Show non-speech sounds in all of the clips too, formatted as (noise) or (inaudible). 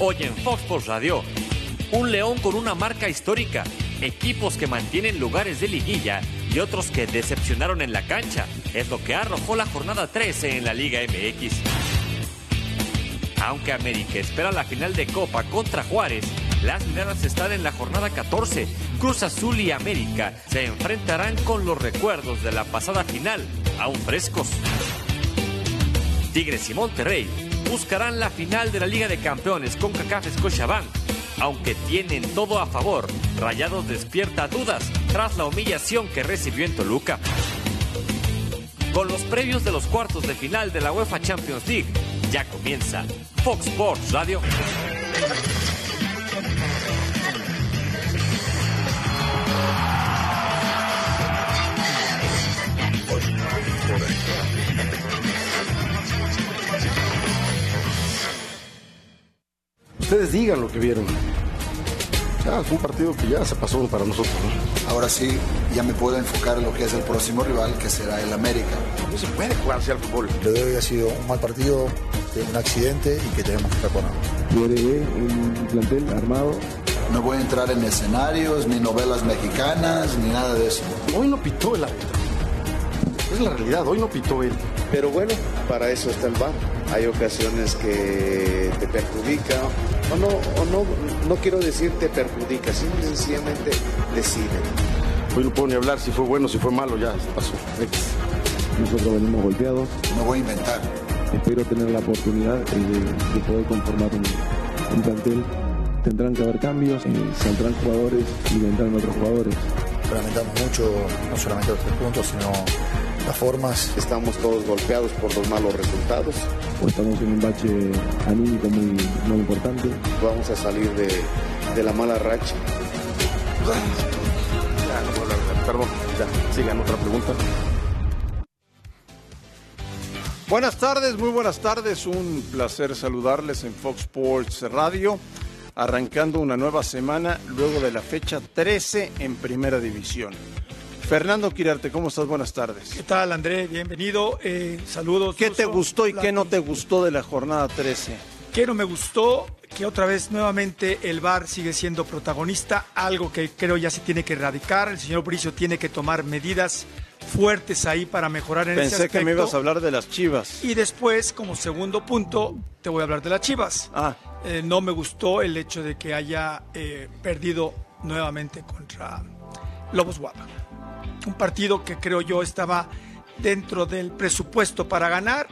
Hoy en Fox Sports Radio, un león con una marca histórica, equipos que mantienen lugares de liguilla y otros que decepcionaron en la cancha, es lo que arrojó la jornada 13 en la Liga MX. Aunque América espera la final de Copa contra Juárez, las miradas están en la jornada 14. Cruz Azul y América se enfrentarán con los recuerdos de la pasada final, aún frescos. Tigres y Monterrey buscarán la final de la Liga de Campeones con Cacaf Scotiabank. Aunque tienen todo a favor, Rayados despierta dudas tras la humillación que recibió en Toluca. Con los previos de los cuartos de final de la UEFA Champions League, ya comienza Fox Sports Radio. Ustedes digan lo que vieron. Ya, fue un partido que ya se pasó para nosotros. ¿no? Ahora sí, ya me puedo enfocar en lo que es el próximo rival, que será el América. No se puede jugar así al fútbol. Lo de hoy ha sido un mal partido, eh, un accidente y que tenemos que taponar. Quiere un plantel armado. No voy a entrar en escenarios, ni novelas mexicanas, ni nada de eso. Hoy no pitó el árbitro. Es la realidad, hoy no pitó él. Pero bueno, para eso está el bar. Hay ocasiones que te perjudica, o no, o no, no quiero decir te perjudica, sino sencillamente decide. Hoy no puedo ni hablar si fue bueno, si fue malo, ya pasó. Nosotros venimos golpeados. No voy a inventar. Espero tener la oportunidad eh, de, de poder conformar un, un, plantel. Tendrán que haber cambios, eh, saldrán jugadores y vendrán otros jugadores. Lamentamos mucho, no solamente los tres puntos, sino las formas. Estamos todos golpeados por los malos resultados. O estamos en un bache anímico muy, muy importante. Vamos a salir de, de la mala racha. Ya, no puedo hablar, perdón, ya, sigan otra pregunta. Buenas tardes, muy buenas tardes. Un placer saludarles en Fox Sports Radio, arrancando una nueva semana luego de la fecha 13 en Primera División. Fernando Quirarte, ¿cómo estás? Buenas tardes. ¿Qué tal, Andrés? Bienvenido. Eh, saludos. ¿Qué te gustó y qué no te gustó de la jornada 13? ¿Qué no me gustó? Que otra vez nuevamente el VAR sigue siendo protagonista, algo que creo ya se tiene que erradicar. El señor Bricio tiene que tomar medidas fuertes ahí para mejorar en Pensé ese este aspecto. que me ibas a hablar de las chivas. Y después, como segundo punto, te voy a hablar de las chivas. Ah. Eh, no me gustó el hecho de que haya eh, perdido nuevamente contra Lobos Guapa un partido que creo yo estaba dentro del presupuesto para ganar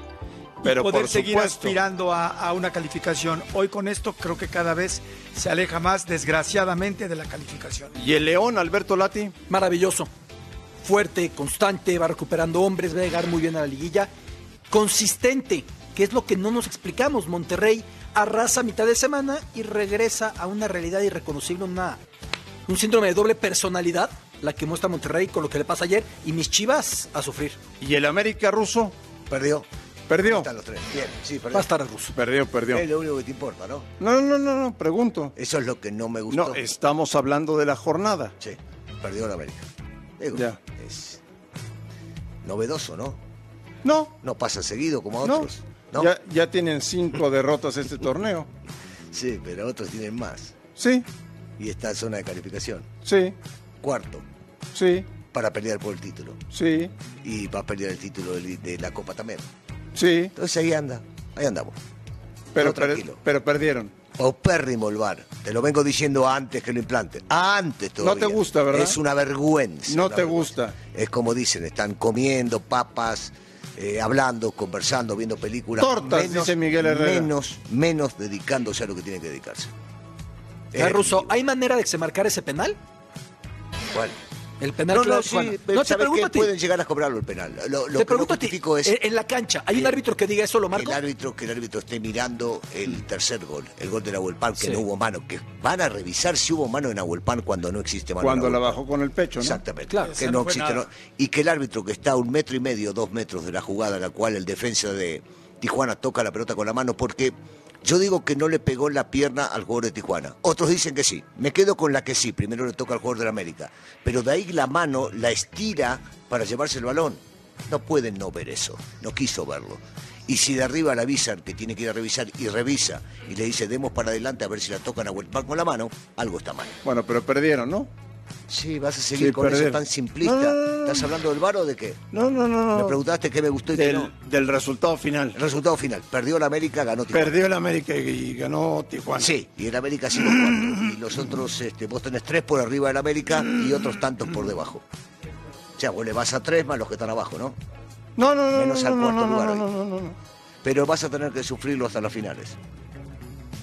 y Pero poder por seguir supuesto. aspirando a, a, una calificación. Hoy con esto creo que cada vez se aleja más, desgraciadamente, de la calificación. ¿Y el León, Alberto Lati? Maravilloso. Fuerte, constante, va recuperando hombres, va a llegar muy bien a la liguilla. Consistente, que es lo que no nos explicamos. Monterrey arrasa a mitad de semana y regresa a una realidad irreconocible, una, un síndrome de doble personalidad la que muestra Monterrey con lo que le pasa ayer y mis chivas a sufrir. ¿Y el América ruso? Perdió. ¿Perdió? Están los tres. Bien, sí, perdió. Va a estar el ruso. Perdió, perdió. Es lo único que te importa, ¿no? No, no, no, no, pregunto. Eso es lo que no me gustó. No, estamos hablando de la jornada. Sí, perdió la América. Digo, Ya. Es novedoso, ¿no? No, No pasa seguido como a no. otros. No. Ya, ya tienen cinco derrotas (laughs) este torneo. Sí, pero otros tienen más. Sí, Y está en zona de calificación. sí, Cuarto, sí, para pelear por el título. sí, Y va a pelear el título del- de la Copa también. sí. Entonces ahí anda, ahí andamos. Pero, No, tranquilo. per- pero perdieron. Opérrimo el bar. Te lo vengo diciendo antes que lo implanten. Antes todavía. te gusta, ¿verdad? Es una vergüenza. No una te vergüenza. gusta. Es como dicen, están comiendo papas, eh, hablando, conversando, viendo películas. Tortas, dice Miguel Herrera. Menos, menos dedicándose a lo que tienen que dedicarse. Eh, ruso, ¿hay manera de exmarcar ese penal? ¿Cuál? El penal No, claro, no, sí, bueno. pero No, eh, te ¿sabes qué? pregunto a ti. Pueden llegar a cobrarlo el penal. Lo, lo te que no pregunto a ti. justifico es En, en la cancha, ¿hay un árbitro que diga eso, lo marco? el árbitro que el árbitro esté mirando el tercer gol, el gol de Nahuel Pan, que Sí. no hubo mano, que van a revisar si hubo mano de Nahuel Pan cuando no existe mano. de Cuando la Nahuel Pan. bajó con el pecho, ¿no? Exactamente. Claro. que Esa no no fue existe, nada. ¿no? Y que el árbitro que está a un metro y medio, dos metros de la jugada, la cual el defensa de Tijuana toca la pelota con la mano, porque yo digo que no le pegó en la pierna al jugador de Tijuana. Otros dicen que sí. Me quedo con la que sí. Primero le toca al jugador de la América. Pero de ahí la mano la estira para llevarse el balón. No pueden no ver eso. No quiso verlo. Y si de arriba la avisan que tiene que ir a revisar y revisa y le dice demos para adelante a ver si la tocan a Huelpar con la mano, algo está mal. Bueno, pero perdieron, ¿no? Sí, vas a seguir Sí, con eso perder. tan simplista. ¿Estás hablando del bar o de qué? No, no, no. Me preguntaste qué me gustó y qué Del, no. del resultado final. El resultado final. Perdió la América, ganó Tijuana. Perdió el América y ganó Tijuana. Sí, y el América 5-4. y los otros, este, vos tenés tres por arriba del América y otros tantos por debajo. O sea, vos le vas a tres más los que están abajo, ¿no? No, no, no. Menos no, al no, cuarto no, no, lugar no, hoy. no, no, no. Pero vas a tener que sufrirlo hasta las finales.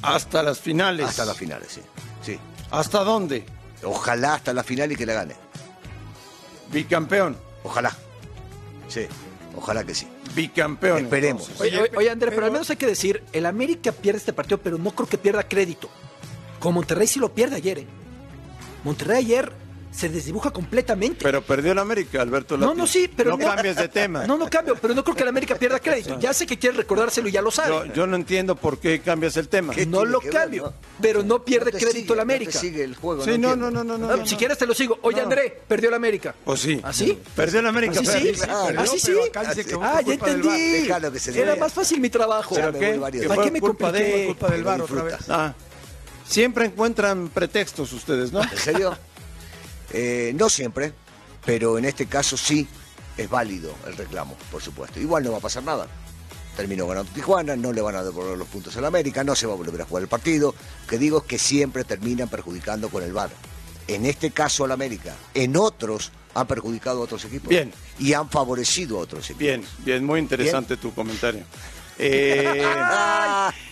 Hasta las finales. Hasta las finales, sí. sí. ¿Hasta dónde? Ojalá hasta la final y que la gane. Bicampeón. Ojalá. Sí, ojalá que sí. Bicampeón. Esperemos. entonces. Oye, oye, oye, Andrés, pero al menos hay que decir, el América pierde este partido, pero no creo que pierda crédito. Como Monterrey sí lo pierde ayer, ¿eh? Monterrey ayer se desdibuja completamente. Pero perdió el América, Alberto. no, Latín. no, sí, pero No, cambies de tema. (laughs) No, no cambio, pero no creo que el América pierda crédito. Ya sé que quieres recordárselo y ya lo Yo, sabe. yo no entiendo por qué cambias el tema. ¿Qué? no tiene lo que ver, cambio, no? pero no pierde No te crédito sigue, el no te América. sigue el juego. Sí, no, no, entiendo. no, no, no. Ah, no. si quieres te lo sigo. Oye, No. André, perdió el América. Pues sí. ¿Ah, sí? Perdió el América. ¿Así pero- sí? Ah, claro. ¿Así sí? Pero acá dice que Ah, fue culpa ya del entendí. VAR. Déjalo que se le Era vea. más fácil mi trabajo. Pero ¿Para qué? Que fue qué me culpa de- compliqué? culpa del bar otra disfruta. vez. Ah. Siempre encuentran pretextos ustedes, ¿no? ¿En serio? Eh, no siempre, pero en este caso sí es válido el reclamo, por supuesto. Igual no va a pasar nada. Terminó ganando Tijuana, no le van a devolver los puntos al América, no se va a volver a jugar el partido. Lo que digo es que siempre terminan perjudicando con el VAR. En este caso al América, en otros han perjudicado a otros equipos. Bien. Y han favorecido a otros equipos. Bien, bien, muy interesante tu comentario. Eh,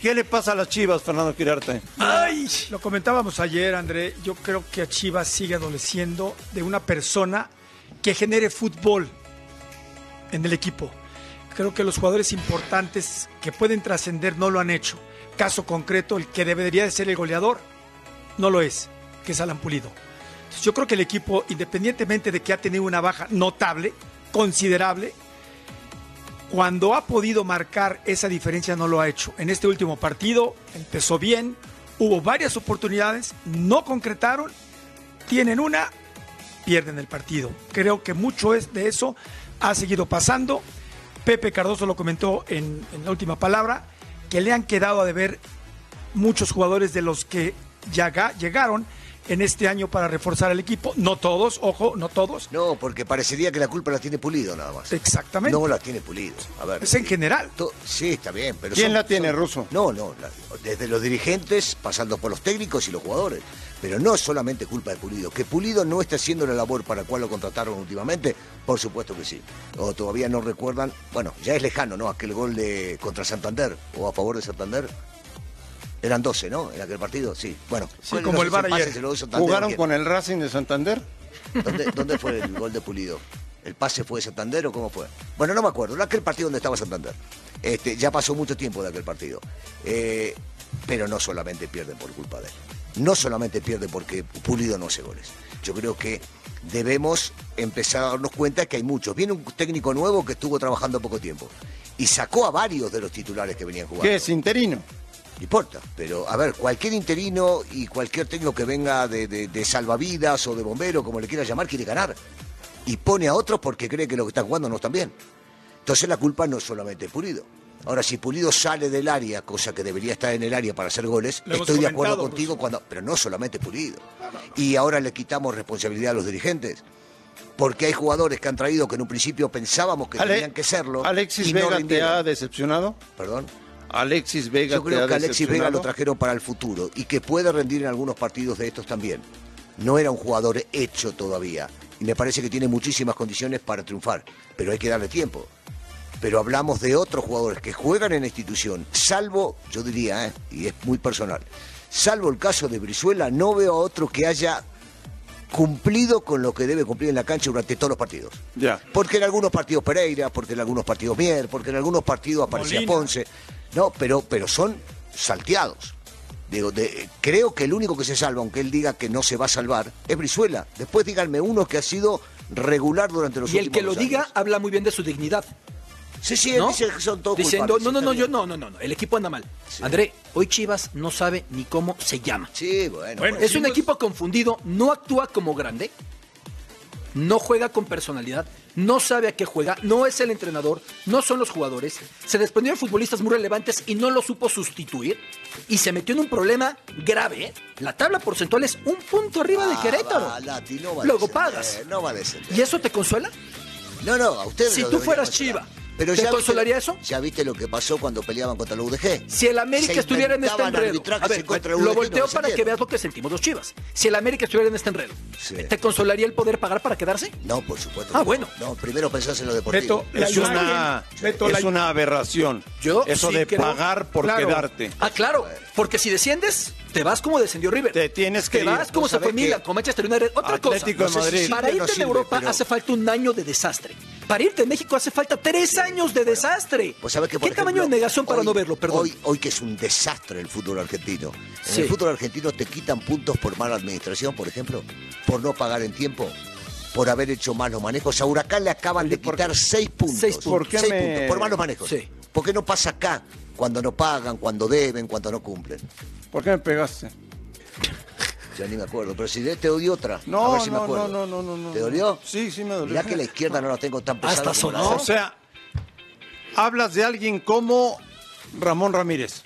¿Qué le pasa a las chivas, Fernando Quirarte? ¡Ay! Lo comentábamos ayer, André. Yo creo que a Chivas sigue adoleciendo de una persona que genere fútbol en el equipo. Creo que los jugadores importantes que pueden trascender no lo han hecho. Caso concreto, el que debería de ser el goleador no lo es, que es Alan Pulido. Entonces, yo creo que el equipo, independientemente de que ha tenido una baja notable, considerable, cuando ha podido marcar esa diferencia no lo ha hecho. En este último partido empezó bien, hubo varias oportunidades, no concretaron, tienen una, pierden el partido. Creo que mucho es de eso ha seguido pasando. Pepe Cardoso lo comentó en, en la última palabra, que le han quedado a deber muchos jugadores de los que ya ga- llegaron en este año para reforzar el equipo. No todos, ojo, no todos. No, porque parecería que la culpa la tiene Pulido nada más. Exactamente. No la tiene Pulido. A ver. es en general. To- Sí, está bien, pero... ¿Quién son- la tiene, son- Russo? No, no, la- desde los dirigentes, pasando por los técnicos y los jugadores. Pero no es solamente culpa de Pulido. Que Pulido no está haciendo la labor para la cual lo contrataron últimamente, por supuesto que sí. O todavía no recuerdan, bueno, ya es lejano, ¿no? Aquel gol de contra Santander, o a favor de Santander. Eran 12, ¿no? En aquel partido, sí. Bueno, ¿cuál como los el VAR hizo pases? ayer. Se lo hizo Santander, ¿Jugaron ¿quién? con el Racing de Santander? ¿Dónde, dónde fue el gol de Pulido? ¿El pase fue de Santander o cómo fue? Bueno, no me acuerdo. Era aquel partido donde estaba Santander. Este, ya pasó mucho tiempo de aquel partido. Eh, pero no solamente pierden por culpa de él. No solamente pierden porque Pulido no hace goles. Yo creo que debemos empezar a darnos cuenta que hay muchos. Viene un técnico nuevo que estuvo trabajando poco tiempo y sacó a varios de los titulares que venían jugando. ¿Qué es interino? No importa, pero a ver, cualquier interino y cualquier técnico que venga de, de- de salvavidas o de bombero, como le quiera llamar, quiere ganar. Y pone a otros porque cree que los que están jugando no están bien. Entonces la culpa no es solamente de Pulido. Ahora, si Pulido sale del área, cosa que debería estar en el área para hacer goles, Lo hemos estoy de acuerdo comentado, pues. contigo, cuando, pero no solamente Pulido. Y ahora le quitamos responsabilidad a los dirigentes. Porque hay jugadores que han traído que en un principio pensábamos que Ale- tenían que serlo. ¿Alexis y no Vega te rindieron. ha decepcionado? Perdón. ¿Alexis Vega Yo te creo ha que Alexis Vega lo decepcionado? trajeron para el futuro y que puede rendir en algunos partidos de estos también. No era un jugador hecho todavía y me parece que tiene muchísimas condiciones para triunfar, pero hay que darle tiempo. Pero hablamos de otros jugadores que juegan en la institución, salvo, yo diría, ¿eh? y es muy personal, salvo el caso de Brizuela, no veo a otro que haya cumplido con lo que debe cumplir en la cancha durante todos los partidos. Ya. Porque en algunos partidos Pereira, porque en algunos partidos Mier, porque en algunos partidos aparecía Molina. Ponce. No, pero, pero son salteados. Digo, de- creo que el único que se salva, aunque él diga que no se va a salvar, es Brizuela. Después díganme uno que ha sido regular durante los Y el últimos que lo dos diga años. habla muy bien de su dignidad. Sí, sí, él ¿no? dice que son todos Diciendo, culpables, no, no, está no, bien. yo no, no, no, no, el equipo anda mal. André, hoy Chivas no sabe ni cómo se llama. Sí, bueno. Bueno, pues, es un Chivas- equipo confundido, no actúa como grande, no juega con personalidad, no sabe a qué juega, no es el entrenador, no son los jugadores, se desprendió de futbolistas muy relevantes y no lo supo sustituir y se metió en un problema grave. ¿eh? La tabla porcentual es un punto arriba de Querétaro. Ah, Lati, no va a Luego descender, eh, pagas. No va a descender. ¿Y eso te consuela? No, no, a ustedes. Si lo tú deberían fueras consolar. Chiva, ¿te viste- consolaría eso? Ya viste lo que pasó cuando peleaban contra la UDG. Si el América Se estuviera en este inventaban enredo, arbitrajes a ver, en contra de lo UDG, volteo para no que descendieron. veas lo que sentimos los Chivas. Si el América estuviera en este enredo, Sí. ¿te consolaría el poder pagar para quedarse? No, por supuesto. Ah, que no. bueno. No, primero pensás en lo Beto, deportivo. la Es una, imagen, Beto, es la- una aberración. Yo Eso sí de creo- pagar por Claro. quedarte. Ah, claro, porque si desciendes, te vas como descendió River. Te tienes que Te ir. vas como Vos se fue sabés que Milan, con Manchester United. Otra Atlético de cosa. Madrid. Para sirve, no irte en sirve, Europa pero- hace falta un año de desastre. Para irte en México hace falta tres años de desastre. Pues sabés que, por ¿Qué tamaño de ejemplo, negación para hoy- no verlo? Perdón. Hoy, hoy que es un desastre el fútbol argentino. En Sí. el fútbol argentino te quitan puntos por mala administración, por ejemplo, por no pagar en tiempo, por haber hecho malos manejos. A Huracán le acaban de quitar seis puntos. Seis puntos. ¿Por qué Seis me- puntos por malos manejos. Sí. ¿Por qué no pasa acá cuando no pagan, cuando deben, cuando no cumplen? ¿Por qué me pegaste? Ya ni me acuerdo, pero si de te odio otra. No, a ver si me no, acuerdo. no, no, no, no, no. ¿Te dolió? Sí, sí me dolió. Mirá que la izquierda no la tengo tan pesada. Hasta como la sonó. O sea, hablas de alguien como Ramón Ramírez,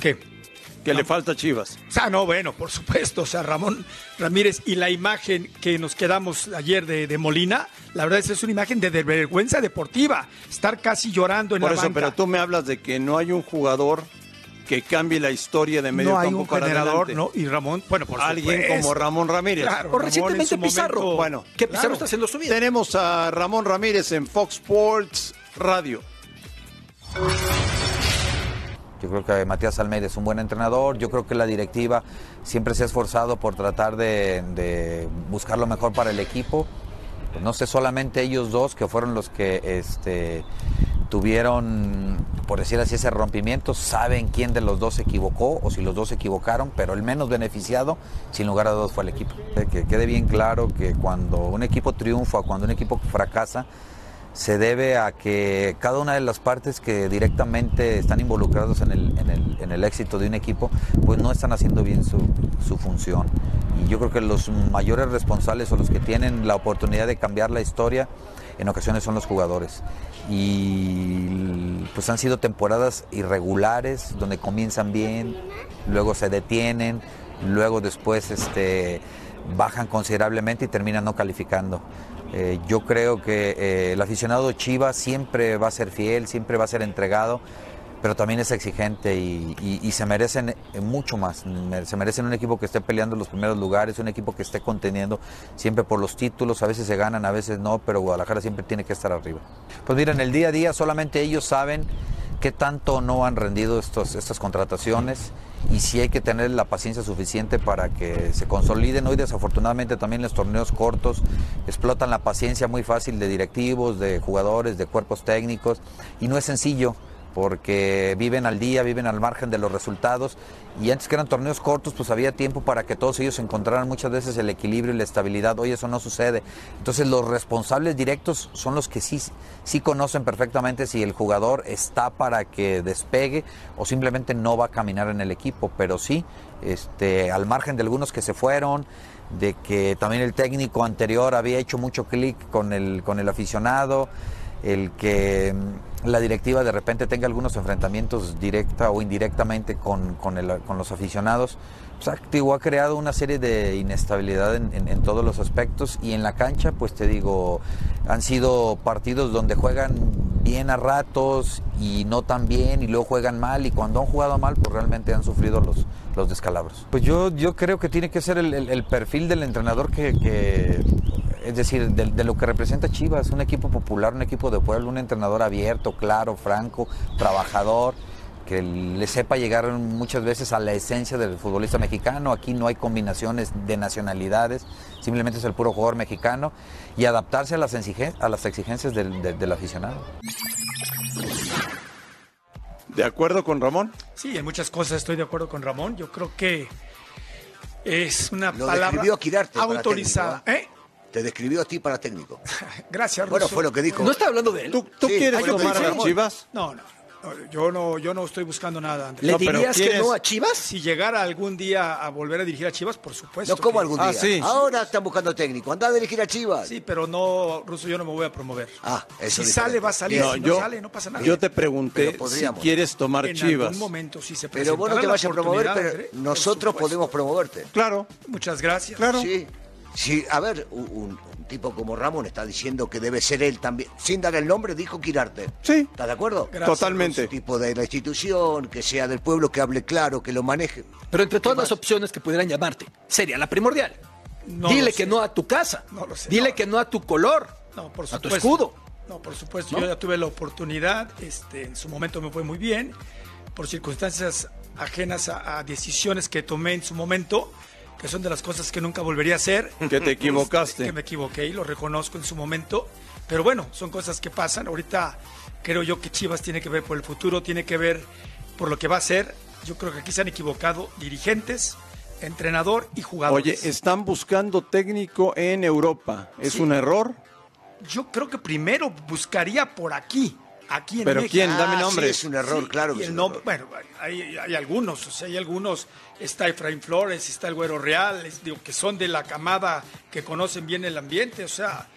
¿Qué? que le falta Chivas. O sea, no, bueno, por supuesto. O sea, Ramón Ramírez y la imagen que nos quedamos ayer de, de Molina, la verdad es que es una imagen de, de vergüenza deportiva. Estar casi llorando en Por la eso, banca. pero tú me hablas de que no hay un jugador que cambie la historia de medio no hay campo un para generador, adelante. ¿no? Y Ramón, bueno, por alguien supuesto. como Ramón Ramírez. Claro, o Ramón en recientemente su momento- Pizarro. Bueno, que Pizarro claro. está haciendo su vida. Tenemos a Ramón Ramírez en Fox Sports Radio. Yo creo que Matías Almeida es un buen entrenador, yo creo que la directiva siempre se ha esforzado por tratar de, de buscar lo mejor para el equipo. No sé, solamente ellos dos que fueron los que este, tuvieron, por decir así, ese rompimiento, saben quién de los dos se equivocó o si los dos se equivocaron, pero el menos beneficiado, sin lugar a dudas, fue el equipo. Que quede bien claro que cuando un equipo triunfa, cuando un equipo fracasa, se debe a que cada una de las partes que directamente están involucrados en el, en el- en el éxito de un equipo, pues no están haciendo bien su, su función. Y yo creo que los mayores responsables o los que tienen la oportunidad de cambiar la historia, en ocasiones son los jugadores. Y pues han sido temporadas irregulares, donde comienzan bien, luego se detienen, luego después este, bajan considerablemente y terminan no calificando. Eh, yo creo que eh, el aficionado Chivas siempre va a ser fiel, siempre va a ser entregado, pero también es exigente y, y- y se merecen eh, mucho más. Me- Se merecen un equipo que esté peleando los primeros lugares, un equipo que esté conteniendo siempre por los títulos. A veces se ganan, a veces no, pero Guadalajara siempre tiene que estar arriba. Pues mira, en el día a día solamente ellos saben qué tanto no han rendido estos, estas contrataciones y si hay que tener la paciencia suficiente para que se consoliden. Hoy desafortunadamente también los torneos cortos explotan la paciencia muy fácil de directivos, de jugadores, de cuerpos técnicos y no es sencillo porque viven al día, viven al margen de los resultados y antes que eran torneos cortos pues había tiempo para que todos ellos encontraran muchas veces el equilibrio y la estabilidad, hoy eso no sucede. Entonces los responsables directos son los que sí, sí conocen perfectamente si el jugador está para que despegue o simplemente no va a caminar en el equipo, pero sí, este, al margen de algunos que se fueron, de que también el técnico anterior había hecho mucho clic con el, con el aficionado, el que mm, la directiva de repente tenga algunos enfrentamientos directa o indirectamente con, con el- con los aficionados, pues ha, digo, ha creado una serie de inestabilidad en, en- en todos los aspectos y en la cancha, pues te digo, han sido partidos donde juegan bien a ratos y no tan bien y luego juegan mal y cuando han jugado mal pues realmente han sufrido los, los descalabros. Pues yo, yo creo que tiene que ser el, el- el perfil del entrenador que, que es decir, de, de lo que representa Chivas, un equipo popular, un equipo de pueblo, un entrenador abierto, claro, franco, trabajador, que le sepa llegar muchas veces a la esencia del futbolista mexicano. Aquí no hay combinaciones de nacionalidades, simplemente es el puro jugador mexicano y adaptarse a las, exigen- a las exigencias del- del- del aficionado. ¿De acuerdo con Ramón? Sí, en muchas cosas estoy de acuerdo con Ramón. Yo creo que es una Lo palabra describió Quirarte para autorizada. técnico, ¿Eh? Te describió a ti para (laughs) técnico. Gracias, Bueno, Russo. fue lo que dijo. No está hablando de él. ¿Tú, tú Sí, quieres bueno, tomar a pero las Ramón- Chivas? No, no. Yo no, yo no estoy buscando nada. Andrés. ¿Le No, pero dirías que ¿quieres- no a Chivas? Si llegara algún día a volver a dirigir a Chivas, por supuesto. No que- como algún día. Ah, Ahora están buscando técnico. Anda a dirigir a Chivas. Ah, Sí, pero no, Ruso, yo no me voy a promover. Ah, eso si es sale, va a salir. No, si no yo- sale, no pasa nada. Yo te pregunté Pero si podríamos. quieres tomar en Chivas. algún momento, si se Pero vos no presentara te la vas a promover, oportunidad, pero Andrés, ¿eh? por nosotros supuesto. podemos promoverte. Claro. Muchas gracias. Sí. Sí, a ver, un, un- un tipo como Ramón está diciendo que debe ser él también. Sin dar el nombre, dijo Quirarte. Sí. ¿Estás de acuerdo? Gracias. Totalmente. Tipo de la institución, que sea del pueblo, que hable claro, que lo maneje. Pero entre todas las opciones que pudieran llamarte, sería la primordial. No Dile lo que sé. no a tu casa. No lo sé, Dile no. que no a tu color. No, por a tu supuesto. escudo. No, por supuesto. Yo ya tuve la oportunidad. Este, en su momento me fue muy bien. Por circunstancias ajenas a, a decisiones que tomé en su momento, que son de las cosas que nunca volvería a hacer. Que te equivocaste. Que me equivoqué y lo reconozco en su momento. Pero bueno, son cosas que pasan. Ahorita creo yo que Chivas tiene que ver por el futuro, tiene que ver por lo que va a ser. Yo creo que aquí se han equivocado dirigentes, entrenador y Oye, jugadores. están buscando técnico en Europa. ¿Es Sí. un error? Yo creo que primero buscaría por aquí, aquí en ¿Pero México. quién? Dame Ah, nombre. sí, es un error, Sí, claro. y que es el un nombre- error. bueno, hay, hay algunos, o sea, hay algunos. Está Efraín Flores, está el Güero Real, es- digo, que son de la camada que conocen bien el ambiente, o sea,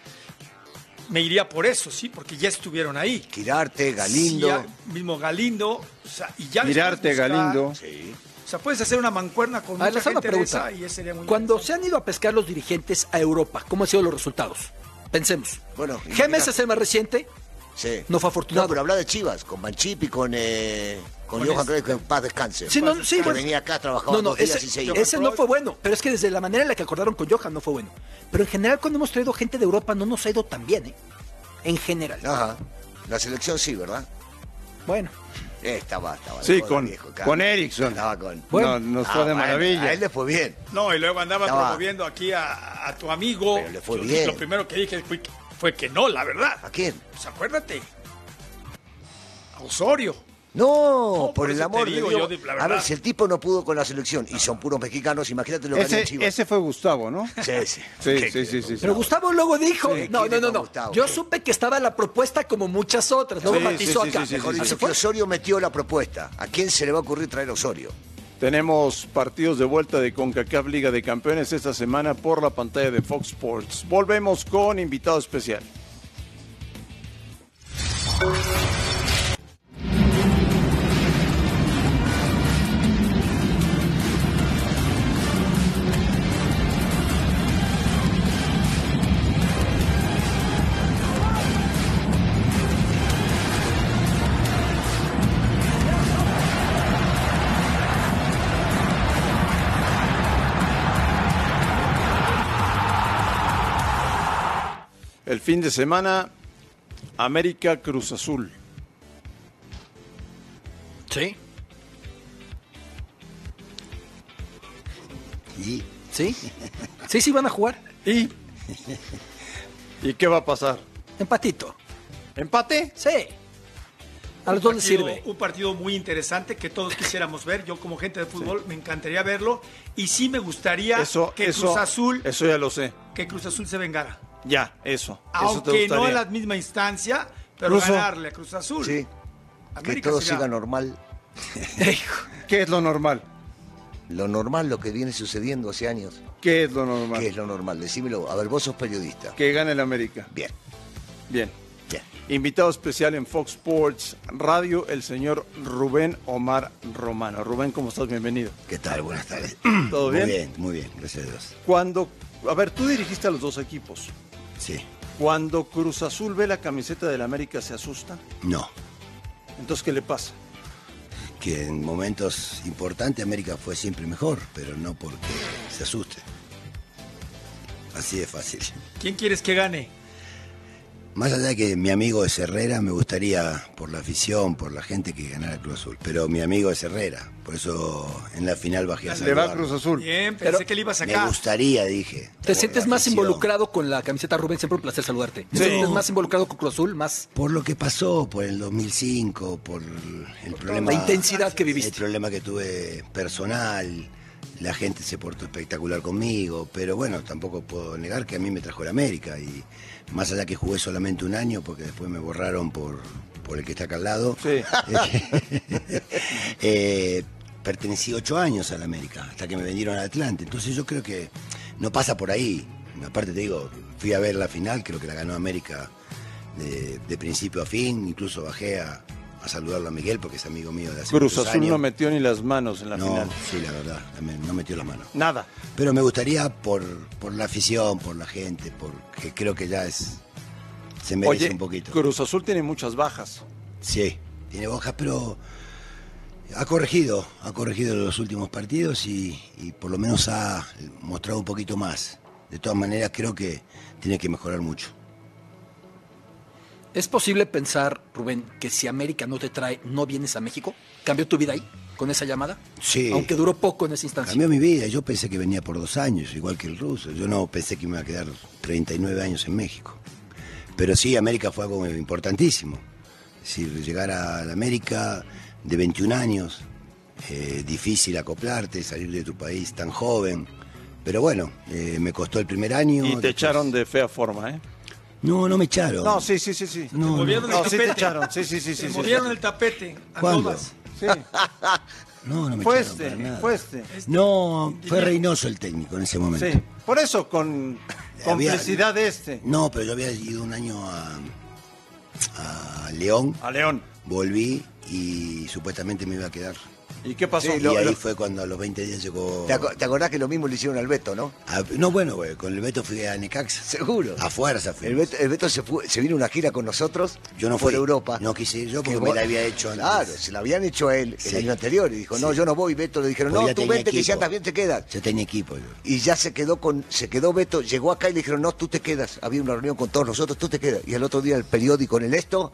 me iría por eso, sí, porque ya estuvieron ahí. Quirarte, Galindo. Sí, ya- mismo Galindo, o sea, y ya después Mirarte, buscar- Galindo. O sea, puedes hacer una mancuerna con A mucha ver, les hago una gente de pregunta. esa y ese sería muy Cuando se interesante. han ido a pescar los dirigentes a Europa, ¿cómo han sido los resultados? Pensemos. Bueno, Gemes es el más reciente. Sí. No fue afortunado. No, pero habla de Chivas, con Manchipi, con, eh, con, Con Johan este. Cruyff, que en paz descanse. Sí, no, sí, que bueno. venía acá, trabajaba No, no, dos días ese, y se iba. ese no fue bueno, pero es que desde la manera en la que acordaron con Johan no fue bueno. Pero en general cuando hemos traído gente de Europa no nos ha ido tan bien, ¿eh? En general. Ajá. La selección sí, ¿verdad? Bueno, Esta va, estaba. de Sí, joda, con- viejo, acá. con Erickson. Estaba con... Ah, Bueno. No, nos fue de bueno, maravilla. A él le fue bien. No, y luego andaba Estaba- promoviendo aquí a, a tu amigo. Pero le fue Yo- bien. Lo primero que dije fue, que- fue que no, la ¿A verdad. quién? Pues acuérdate. A Osorio. No, No, por, por el eso amor te de digo Dios. yo, de- la a verdad. ver, si el tipo no pudo con la selección y son puros mexicanos, imagínate lo que haría en Ese, Chivas. ese fue Gustavo, ¿no? Sí, sí. Sí, ¿Qué sí, sí, crees? sí, sí. pero Gustavo luego dijo, Sí, no, no, ¿quién no, dijo no. Gustavo? Yo Sí. supe que estaba la propuesta como muchas otras, no Sí, matizó sí, sí, acá. sí, sí, Mejor sí, dicho, sí. que Osorio metió la propuesta. ¿A quién se le va a ocurrir traer a Osorio? Tenemos partidos de vuelta de CONCACAF Liga de Campeones esta semana por la pantalla de Fox Sports. Volvemos con invitado especial. El fin de semana, América Cruz Azul. Sí. ¿Sí? Sí, sí van a jugar. ¿Y? (laughs) ¿Y qué va a pasar? Empatito. ¿Empate? Sí. ¿A los dos les partido- sirve? Un partido muy interesante que todos quisiéramos ver. Yo, como gente de fútbol, me encantaría verlo. Y sí me gustaría Eso, que, eso, eh, Cruz Azul, Eso ya lo sé. que Cruz Azul se vengara. Ya, eso. eso te Aunque no gustaría. en la misma instancia, pero Ruso. ganarle a Cruz Azul. Sí. que América todo sería- siga normal. ¿Qué es lo normal? Lo normal, lo que viene sucediendo hace años. ¿Qué es lo normal? ¿Qué es lo normal? Decímelo. A ver, vos sos periodista. Que gane el América. Bien, Bien. bien. Invitado especial en Fox Sports Radio, el señor Rubén Omar Romano. Rubén, ¿cómo estás? Bienvenido. ¿Qué tal? Buenas tardes. (clears throat) ¿Todo bien? Muy bien, muy bien, gracias a Dios. Cuando, a ver, tú dirigiste a los dos equipos. Sí, Cuando Cruz Azul ve la camiseta del América se asusta. no, Entonces, ¿qué le pasa? que en momentos importantes América fue siempre mejor, pero no porque se asuste. Así de fácil. ¿Quién quieres que gane? Más allá de que mi amigo es Herrera, me gustaría, por la afición, por la gente, que ganara Cruz Azul. Pero mi amigo es Herrera, por eso en la final bajé a Le va a saludarlo. Cruz Azul. Bien, pensé Pero- que le ibas a Me sacar. gustaría, dije. ¿Te por sientes la más afición. involucrado con la camiseta Rubén? Siempre un placer saludarte. ¿Te Sí. sientes más involucrado con Cruz Azul? Más Por lo que pasó, por el 2005, por el problema... la intensidad que viviste. El problema que tuve personal, la gente se portó espectacular conmigo, pero bueno, tampoco puedo negar que a mí me trajo el América y más allá que jugué solamente un año porque después me borraron por, por el que está acá al lado. (laughs) eh, pertenecí ocho años al América hasta que me vendieron al Atlante, entonces yo creo que no pasa por ahí. Aparte te digo, fui a ver la final, creo que la ganó América de, de principio a fin, incluso bajé a, a saludarlo a Miguel porque es amigo mío de hace Cruz muchos Azul años. no metió ni las manos en la pues, No, final. sí, la verdad, también no metió la mano. Nada. Pero me gustaría por, por la afición, por la gente, porque creo que ya es se merece Oye, un poquito. Cruz Azul tiene muchas bajas. Sí, tiene bajas, pero ha corregido, ha corregido los últimos partidos y, y por lo menos ha mostrado un poquito más. De todas maneras, creo que tiene que mejorar mucho. ¿Es posible pensar, Rubén, que si América no te trae, no vienes a México? ¿Cambió tu vida ahí, con esa llamada? Sí. Aunque duró poco en esa instancia. Cambió mi vida, yo pensé que venía por dos años, igual que el ruso. Yo no pensé que me iba a quedar 39 años en México. Pero sí, América fue algo importantísimo. Es decir, llegar a la América de 21 años, eh, difícil acoplarte, salir de tu país tan joven. Pero bueno, eh, me costó el primer año. Y te echaron de fea forma, ¿eh? No, no me echaron. No, sí, sí, sí, sí. No, Te movieron no. el No, sí te tapete. echaron. Sí, sí, sí, Se sí. sí. movieron el tapete a ¿Cuándo? todas. No, no me Fue echaron este, para nada. fue este. No, fue Reynoso el técnico en ese momento. Sí. Por eso, con (laughs) Había- complicidad de este. No, pero yo había ido un año a, a León. A León. Volví y supuestamente me iba a quedar. ¿Y qué pasó? y Lo- ahí lo- fue cuando a los 20 días llegó. ¿Te, aco- te acordás que lo mismo le hicieron al Beto, no? a- no, bueno, güey, con el Beto fui a Necaxa. Seguro. A fuerza fui. El Beto, el Beto se, fue- se vino a una gira con nosotros Yo no por fui. Europa. No quise ir yo Que porque me vos- la había hecho antes. Claro, se la habían hecho a él Sí. el año anterior. Y dijo, no, Sí. yo no voy. Beto le dijeron, Porque no, ya tú tenía vente que equipo. ya estás bien, te quedas. Yo tenía equipo. yo. Y ya se quedó con, se quedó Beto, llegó acá y le dijeron, no, tú te quedas. Había una reunión con todos nosotros, tú te quedas. Y al otro día el periódico en el esto,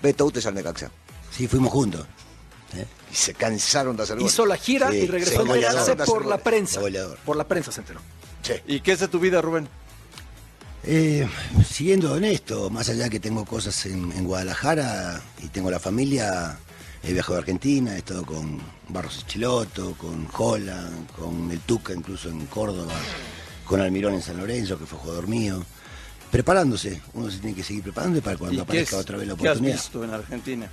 Beto Utes al Necaxa. Sí, fuimos juntos. Y se cansaron de hacer goles. Hizo la gira Sí, y regresó se a cansaron enterarse de hacer por la goles. prensa. Goleador. Por la prensa se enteró. ¿Y qué es de tu vida, Rubén? Eh, siguiendo honesto, más allá que tengo cosas en, en Guadalajara y tengo la familia, he viajado a Argentina, he estado con Barros Chiloto, con Jola, con El Tuca incluso en Córdoba, con Almirón en San Lorenzo, que fue jugador mío. Preparándose, uno se tiene que seguir preparando para ¿Y cuando qué, aparezca es- otra vez la qué has oportunidad. visto en Argentina?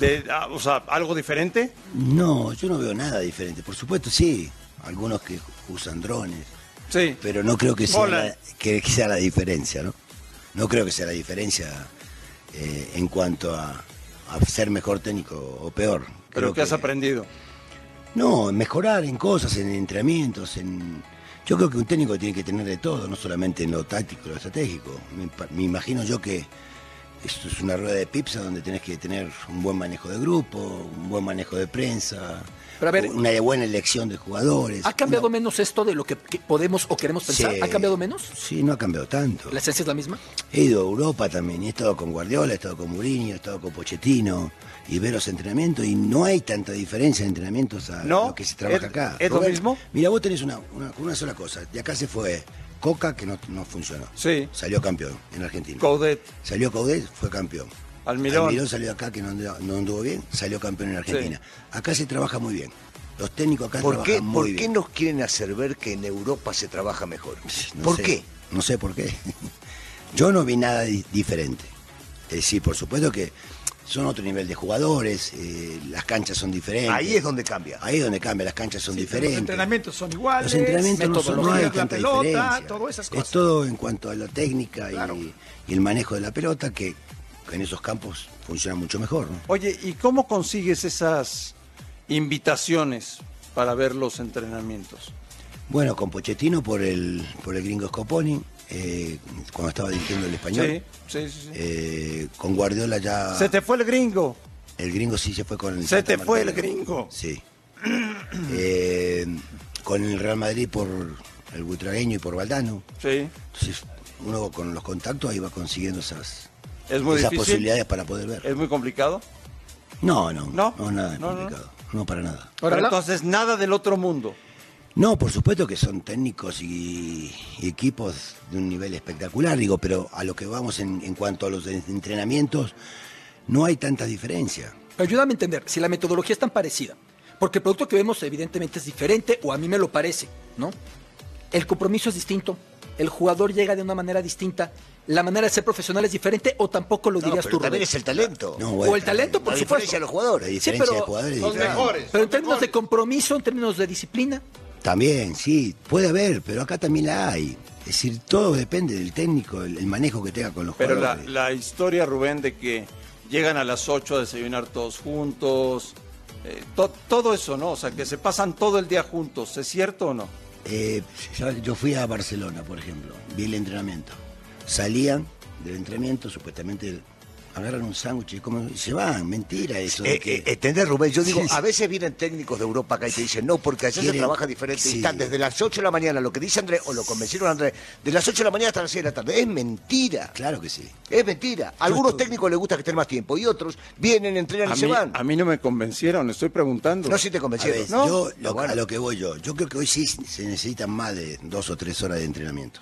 De- ah, o sea, ¿algo diferente? No, yo no veo nada diferente. Por supuesto, sí, algunos que usan drones, Sí. pero no creo que sea, Hola. la, que sea la diferencia, ¿no? No creo que sea la diferencia eh, en cuanto a, a ser mejor técnico o peor. ¿Pero Creo qué has aprendido? No, en mejorar en cosas, en entrenamientos, en... Yo creo que un técnico tiene que tener de todo, no solamente en lo táctico, lo estratégico. Me, pa- me imagino yo que esto es una rueda de pizza donde tenés que tener un buen manejo de grupo, un buen manejo de prensa, Pero a ver- una buena elección de jugadores. ¿Ha cambiado menos esto de lo que, que podemos o queremos pensar? Sí. ¿Ha cambiado menos? Sí, no ha cambiado tanto. ¿La esencia es la misma? He ido a Europa también, y he estado con Guardiola, he estado con Mourinho, he estado con Pochettino, y ver los entrenamientos, y no hay tanta diferencia de entrenamientos a No, lo que se trabaja es- acá. es lo mismo. Mira, vos tenés una, una, una sola cosa, de acá se fue Coca, que no, no funcionó, Sí. salió campeón en Argentina. Coudet, salió Caudet, fue campeón. Almirón. Almirón salió acá, que no anduvo, no anduvo bien, salió campeón en Argentina. Acá se trabaja muy bien, los técnicos acá ¿Por trabajan qué, muy ¿por bien. qué nos quieren hacer ver que en Europa se trabaja mejor? No ¿Por sé, qué? No sé por qué. (laughs) Yo no vi nada di- diferente. Es decir, por supuesto que son otro nivel de jugadores, eh, las canchas son diferentes. Ahí es donde cambia. Ahí es donde cambia, las canchas son Los diferentes. entrenamientos son iguales. Los entrenamientos no son no hay metodologías, la tanta pelota, diferencia. todo esas Es cosas. todo en cuanto a la técnica y- y, el manejo de la pelota que en esos campos funciona mucho mejor. ¿no? Oye, ¿y cómo consigues esas invitaciones para ver los entrenamientos? Bueno, con Pochettino por el, por el gringo Scoponi, eh, cuando estaba dirigiendo el español. Sí, sí, sí. sí. Eh, con Guardiola ya... Se te fue el gringo. El gringo sí se fue con el. Se Santa te fue Martina. el gringo. (clears throat) Sí. Eh, con el Real Madrid por el Butragueño y por Valdano. Sí. Entonces, uno con los contactos ahí va consiguiendo esas, Es muy esas difícil. posibilidades para poder ver. Es muy complicado. No, no, ¿No? no, nada de No, no, complicado. No, para nada. Pero la- entonces nada del otro mundo. No, por supuesto que son técnicos y, y equipos de un nivel espectacular, digo, pero a lo que vamos en, en cuanto a los en- entrenamientos, no hay tanta diferencia. Ayúdame a entender, si la metodología es tan parecida, Porque el producto que vemos evidentemente es diferente, o a mí me lo parece, ¿no? El compromiso es distinto, el jugador llega de una manera distinta, la manera de ser profesional es diferente, o tampoco lo No, dirías pero tú. también Rubén. es el talento. No, o bueno, el talento, por la supuesto. diferencia de los jugadores. La diferencia sí, pero, de jugadores es pero diferente. en términos de compromiso, en términos de disciplina, También, sí, puede haber, pero acá también la hay. Es decir, todo depende del técnico, el, el manejo que tenga con los Pero la, jugadores. la historia, Rubén, de que llegan a las 8 a desayunar todos juntos, eh, to- todo eso, ¿no? O sea, que se pasan todo el día juntos, ¿es cierto o no? Eh, ¿sabes? yo fui a Barcelona, por ejemplo, vi el entrenamiento. Salían del entrenamiento, supuestamente agarran un sándwich y comen, y se van, mentira eso. de Eh, que- eh, ¿Entendés, Rubén? Yo digo, Sí, sí. a veces vienen técnicos de Europa acá y te dicen, no, porque allá se Quieren- trabaja diferente. Y sí. están desde las 8 de la mañana, lo que dice Andrés, o lo convencieron a Andrés, de las 8 de la mañana hasta las 6 de la tarde. Es mentira. Claro que sí. Es mentira. A algunos técnicos les gusta que estén más tiempo y otros vienen, entrenan A y se mí, van. a mí no me convencieron, estoy preguntando. No, sí te convencieron. A ver, ¿No? yo, lo- a lo que voy yo, yo creo que hoy sí se necesitan más de dos o tres horas de entrenamiento.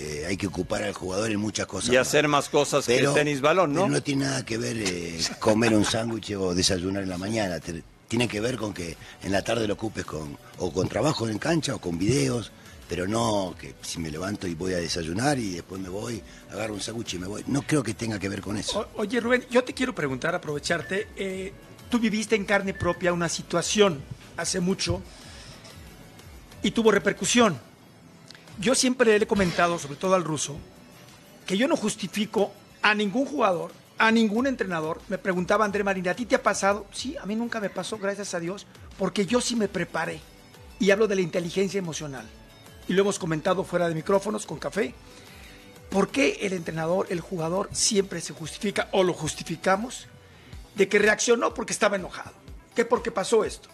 Eh, hay que ocupar al jugador en muchas cosas. Y hacer más cosas Pero- que el tenis balón, ¿no? pero no tiene nada que ver eh, comer un sándwich o desayunar en la mañana. Te- tiene que ver con que en la tarde lo ocupes con o con trabajo en cancha o con videos, pero no que si me levanto y voy a desayunar y después me voy, agarro un sándwich y me voy. No creo que tenga que ver con eso. O- oye, Rubén, yo te quiero preguntar, aprovecharte. eh, tú viviste en carne propia una situación hace mucho y tuvo repercusión. Yo siempre le he comentado, sobre todo al ruso, que yo no justifico a ningún jugador, a ningún entrenador. Me preguntaba André Marín, ¿a ti te ha pasado? Sí, a mí nunca me pasó, gracias a Dios, porque yo sí me preparé. Y hablo de la inteligencia emocional. Y lo hemos comentado fuera de micrófonos con café. ¿Por qué el entrenador, el jugador siempre se justifica o lo justificamos de que reaccionó porque estaba enojado? ¿Qué porque pasó esto?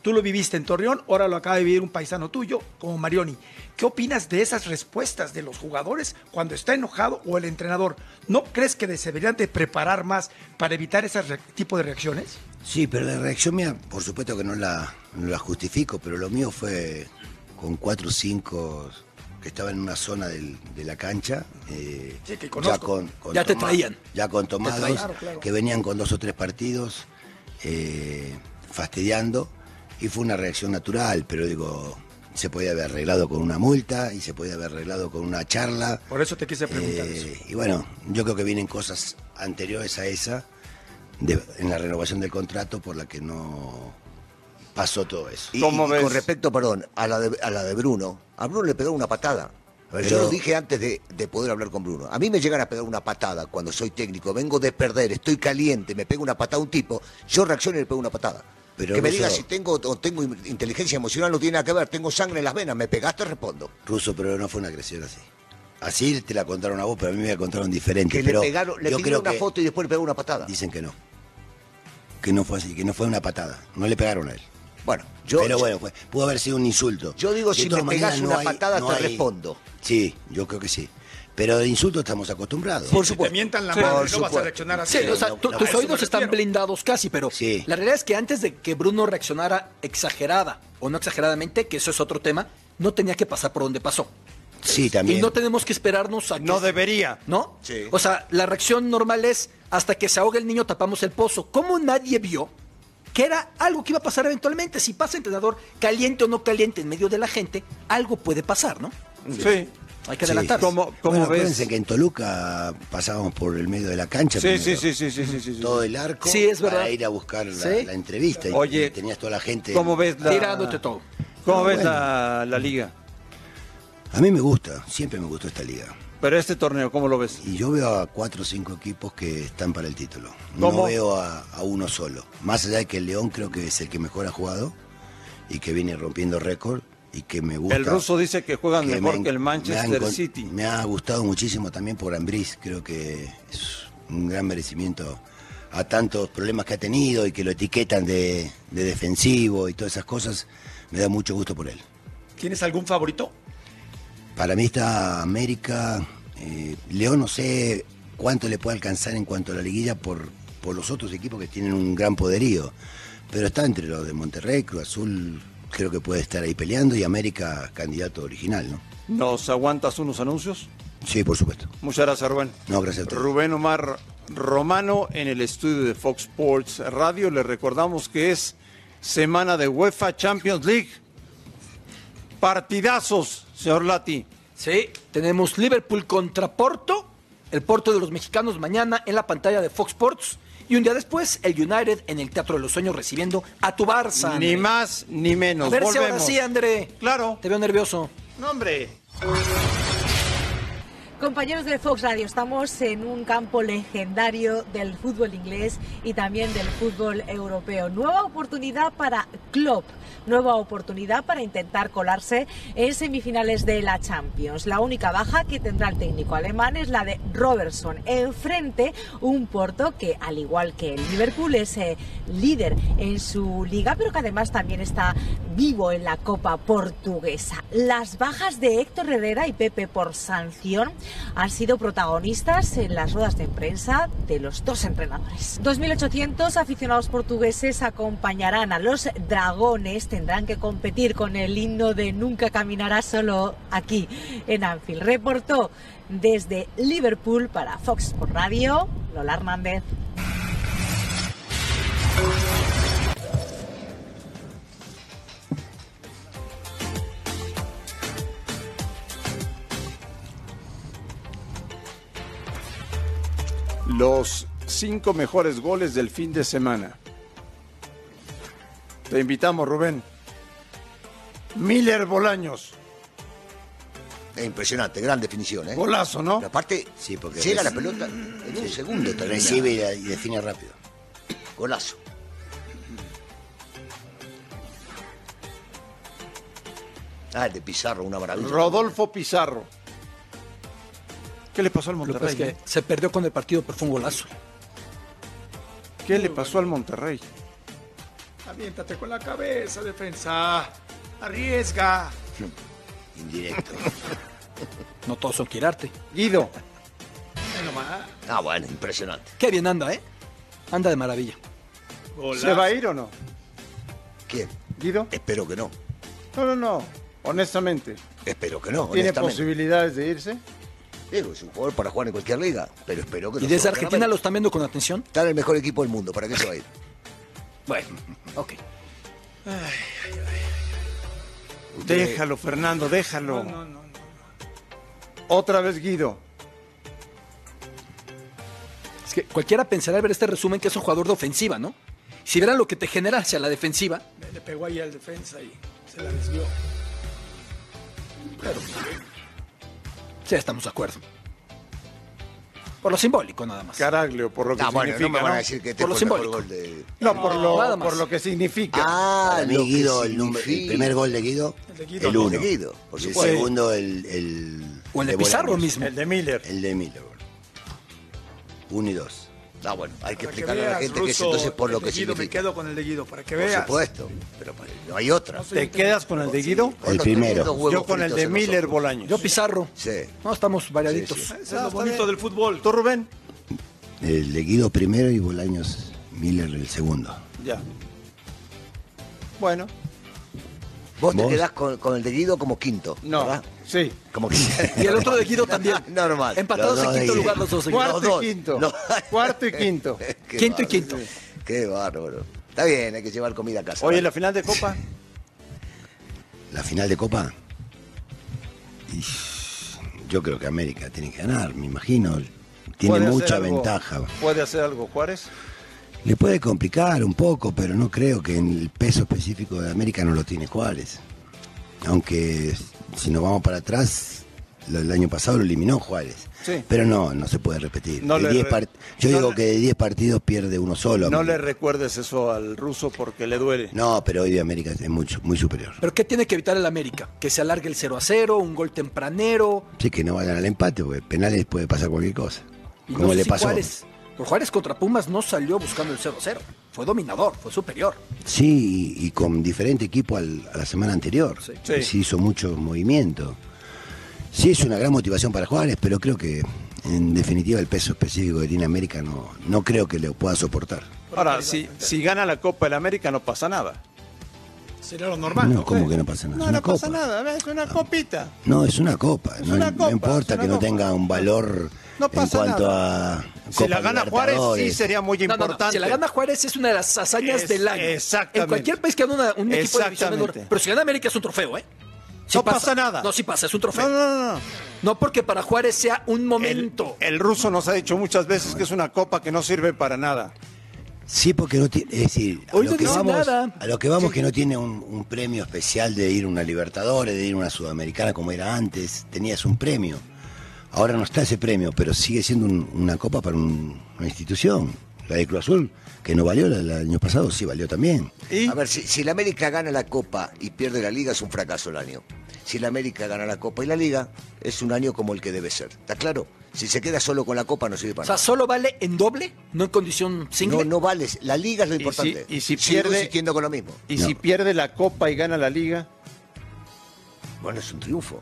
Tú lo viviste en Torreón, ahora lo acaba de vivir un paisano tuyo como Marioni. ¿Qué opinas de esas respuestas de los jugadores cuando está enojado o el entrenador? ¿No crees que se deberían de preparar más para evitar ese re- tipo de reacciones? Sí, pero la reacción mía, por supuesto que no la, no la justifico, pero lo mío fue con cuatro o cinco que estaba en una zona del- de la cancha. eh, Sí, que conozco. Ya te toma- traían. Ya con tomados, traían. Claro, claro. que venían con dos o tres partidos eh, fastidiando. Y fue una reacción natural, pero digo, se podía haber arreglado con una multa y se podía haber arreglado con una charla. Por eso te quise preguntar Eh, eso. Y bueno, yo creo que vienen cosas anteriores a esa, de- en la renovación del contrato, por la que no pasó todo eso. Y, y con respecto, perdón, a la, de, a la de Bruno, a Bruno le pegó una patada. A ver, Pero- yo lo dije antes de, de poder hablar con Bruno. A mí me llegan a pegar una patada cuando soy técnico, vengo de perder, estoy caliente, me pega una patada un tipo, yo reacciono y le pego una patada. Pero que me eso- diga si tengo o tengo in- inteligencia emocional no tiene nada que ver, tengo sangre en las venas, me pegaste, respondo. Ruso, pero no fue una agresión así. Así te la contaron a vos, pero a mí me la contaron diferente. Que le pero pegaron, le yo pidieron creo una que foto y después le pegó una patada. Dicen que no. Que no fue así, que no fue una patada. No le pegaron a él. Bueno, yo- Pero yo- bueno, fue- pudo haber sido un insulto. Yo digo, De si todas me pegas maneras, una hay- patada, no te hay- respondo. Sí, yo creo que sí. Pero de insulto estamos acostumbrados. Por supuesto. Te mientan la Sí, madre, por no vas a supuesto. reaccionar así. Sí, o sea, no, tu- no, tus eso me oídos están blindados casi, pero la realidad es que antes de que Bruno reaccionara exagerada o no exageradamente, que eso es otro tema, no tenía que pasar por donde pasó. Sí, también. Y no tenemos que esperarnos a que... No debería. ¿No? O sea, la reacción normal es hasta que se ahoga el niño tapamos el pozo. ¿Cómo nadie vio que era algo que iba a pasar eventualmente? Si pasa entrenador caliente o no caliente en medio de la gente, algo puede pasar, ¿no? Sí. Hay que adelantar. ¿Cómo, cómo Bueno, ves? acuérdense que en Toluca pasábamos por el medio de la cancha. Sí, primero. sí, sí, sí, sí, sí, sí. Todo el arco Sí, es verdad. para ir a buscar la, Sí. la entrevista. Y Oye, tenías toda la gente. ¿Cómo ves la, Tirándote todo. ¿Cómo No, ves bueno. la, la liga? A mí me gusta, siempre me gustó esta liga. Pero este torneo, ¿cómo lo ves? Y yo veo a cuatro o cinco equipos que están para el título. ¿Cómo? No veo a, a uno solo. Más allá de que el León creo que es el que mejor ha jugado y que viene rompiendo récord y que me gusta. El ruso dice que juegan que mejor me- que el me han Manchester con- City. Me ha gustado muchísimo también por Ambriz, creo que es un gran merecimiento a tantos problemas que ha tenido y que lo etiquetan de, de defensivo y todas esas cosas. Me da mucho gusto por él. ¿Tienes algún favorito? Para mí está América, eh, León no sé cuánto le puede alcanzar en cuanto a la liguilla por, por los otros equipos que tienen un gran poderío, pero está entre los de Monterrey, Cruz Azul creo que puede estar ahí peleando y América candidato original, ¿no? ¿Nos aguantas unos anuncios? Sí, por supuesto. Muchas gracias, Rubén. No, gracias a ustedes. Rubén Omar Romano en el estudio de Fox Sports Radio. Le recordamos que es semana de UEFA Champions League. Partidazos, señor Lati. Sí, tenemos Liverpool contra Porto, el Porto de los mexicanos mañana en la pantalla de Fox Sports. Y un día después, el United en el Teatro de los Sueños recibiendo a tu Barça. Ni más ni menos. A ver si ahora Volvemos. sí, André. Claro. Te veo nervioso. No, hombre. Compañeros de Fox Radio, estamos en un campo legendario del fútbol inglés y también del fútbol europeo. Nueva oportunidad para Klopp, nueva oportunidad para intentar colarse en semifinales de la Champions. La única baja que tendrá el técnico alemán es la de Robertson. Enfrente un Porto que, al igual que el Liverpool, es eh, líder en su liga, pero que además también está vivo en la Copa Portuguesa. Las bajas de Héctor Herrera y Pepe por sanción han sido protagonistas en las ruedas de prensa de los dos entrenadores. 2.800 aficionados portugueses acompañarán a los dragones, tendrán que competir con el himno de Nunca caminarás solo aquí en Anfield. Reportó desde Liverpool para Fox Sports Radio, Lola Hernández. Los cinco mejores goles del fin de semana. Te invitamos, Rubén. Miller Bolaños. Es impresionante, gran definición, ¿eh? Golazo, ¿no? Aparte, Sí, porque llega la reci- pelota en un segundo te Recibe y, la- y define rápido. Golazo. Ah, el de Pizarro, una maravilla. Rodolfo Pizarro. ¿Qué le pasó al Lo que pasa Monterrey? es eh? que se perdió con el partido, pero fue un golazo. eh? ¿Qué le pasó al Monterrey? Aviéntate con la cabeza, defensa. Arriesga. Indirecto. No todos son quirarte. Guido. Ay, no más. Ah, bueno, impresionante. Qué bien anda, ¿eh? Anda de maravilla. ¿Se va a ir o no? ¿Quién? ¿Guido? Espero que no. No, no, no. Honestamente. Espero que no, ¿Tiene honestamente. posibilidades de irse? Digo, es un jugador para jugar en cualquier liga, pero espero que ¿Y no desde se vaya a la Argentina América. los están viendo con atención? Está en el mejor equipo del mundo, ¿para qué se va a ir? Bueno, ok. Déjalo, Fernando, déjalo. No, Otra vez Guido. Es que cualquiera pensará al ver este resumen que es un jugador de ofensiva, ¿no? Si verán lo que te genera hacia la defensiva, Le pegó ahí al defensa y se la desvió. sí, pues, estamos de acuerdo. Por lo simbólico, nada más. Caraglio, por lo que Ah, bueno, significa. no me van a decir que este Por lo fue el mejor simbólico. gol de... No, por lo, Nada más. por lo que significa. Ah, Para mí, lo que Guido, el, número- el significa- primer gol de Guido, El de Guido. el Lo uno. de Guido, por el supuesto. segundo, el, O el el de Bolaños. Pizarro mismo. El de Miller. El de Miller. Uno y dos. Ah, bueno, hay que Para explicarle a la veas, gente que es Ruso, entonces por lo el de que Guido, Me significa. quedo con el de Guido para que Por veas. supuesto, pero pues, no hay otra. No soy ¿Te un quedas con el de Guido? Con El los primero. tremendos huevos Yo con el fritos de en Miller nosotros. Bolaños. Yo Pizarro. Sí. No, estamos variaditos. Sí, sí. Eso es lo bonito del fútbol. ¿Tú, Rubén? El de Guido primero y Bolaños Miller el segundo. Ya. Bueno, Vos te Vos. quedás con, con el de Guido como quinto, no. ¿verdad? Sí. Como quinto. (laughs) Y el otro de (laughs) Guido también. Normal. Empatados en Los dos de quinto Guido. lugar los dos de Guido. Cuarto Los dos. y quinto. (laughs) No. Cuarto y quinto. Qué Quinto y bárbaro. quinto. Qué bárbaro. Está bien, hay que llevar comida a casa. Oye, ¿vale? la final de Copa. La final de Copa. Y Yo creo que América tiene que ganar, me imagino. Tiene Puede hacer mucha algo- ventaja. ¿Puede hacer algo Juárez? Le puede complicar un poco, pero no creo que en el peso específico de América no lo tiene Juárez. Aunque si nos vamos para atrás, lo- el año pasado lo eliminó Juárez. Sí. Pero no, no se puede repetir. No De le 10 re- par- Yo no digo le- que de 10 partidos pierde uno solo. No le América. recuerdes eso al ruso porque le duele. No, pero hoy de América es mucho, muy superior. Pero ¿qué tiene que evitar el América? Que se alargue el 0 a 0, un gol tempranero. Sí, que no vayan al empate, porque penales puede pasar cualquier cosa. Y Como no sé le si pasó. Juárez, por Juárez contra Pumas no salió buscando el 0 a 0. Fue dominador, fue superior. Sí, y, y con diferente equipo al- a la semana anterior. Sí. Sí. Y se hizo mucho movimiento. Sí, es una gran motivación para Juárez, pero creo que en definitiva el peso específico que tiene América no, no creo que lo pueda soportar. Ahora, si, si gana la Copa del América no pasa nada. Sería lo normal. no, ¿cómo que no pasa nada? No, es una no copa. pasa nada, es una copita. No, es una copa. Es no, una no copa, importa es una que no copa. tenga un valor No pasa en cuanto nada. a Si la gana Juárez, sí Libertadores. sería muy No, no, no. importante. Si la gana Juárez es una de las hazañas Es- del año. exactamente. En cualquier país que gana una- un equipo de división Exactamente. menor. Pero si gana América es un trofeo, ¿eh? Sí No pasa nada. No, sí pasa, es un trofeo. No, no, no. No porque para Juárez sea un momento. El ruso nos ha dicho muchas veces que es una copa que no sirve para nada. Sí, porque no tiene. Es decir, a Hoy lo, no que dice vamos, nada. a lo que vamos que no tiene un, un premio especial de ir a una Libertadores, de ir a una Sudamericana como era antes. Tenías un premio. Ahora no está ese premio, pero sigue siendo un- una copa para un- una institución. La de Cruz Azul, que no valió la- la del año pasado, sí valió también. A ver, si, si la América gana la Copa y pierde la Liga, es un fracaso el año. Si la América gana la Copa y la Liga, es un año como el que debe ser. ¿Está claro? Si se queda solo con la Copa, no sirve O para sea, nada. solo vale en doble, no en condición single. No, no vale. La Liga es lo importante. y si Sigo pierde- insistiendo con lo mismo. Y si pierde la copa y gana la liga, Bueno, es un triunfo.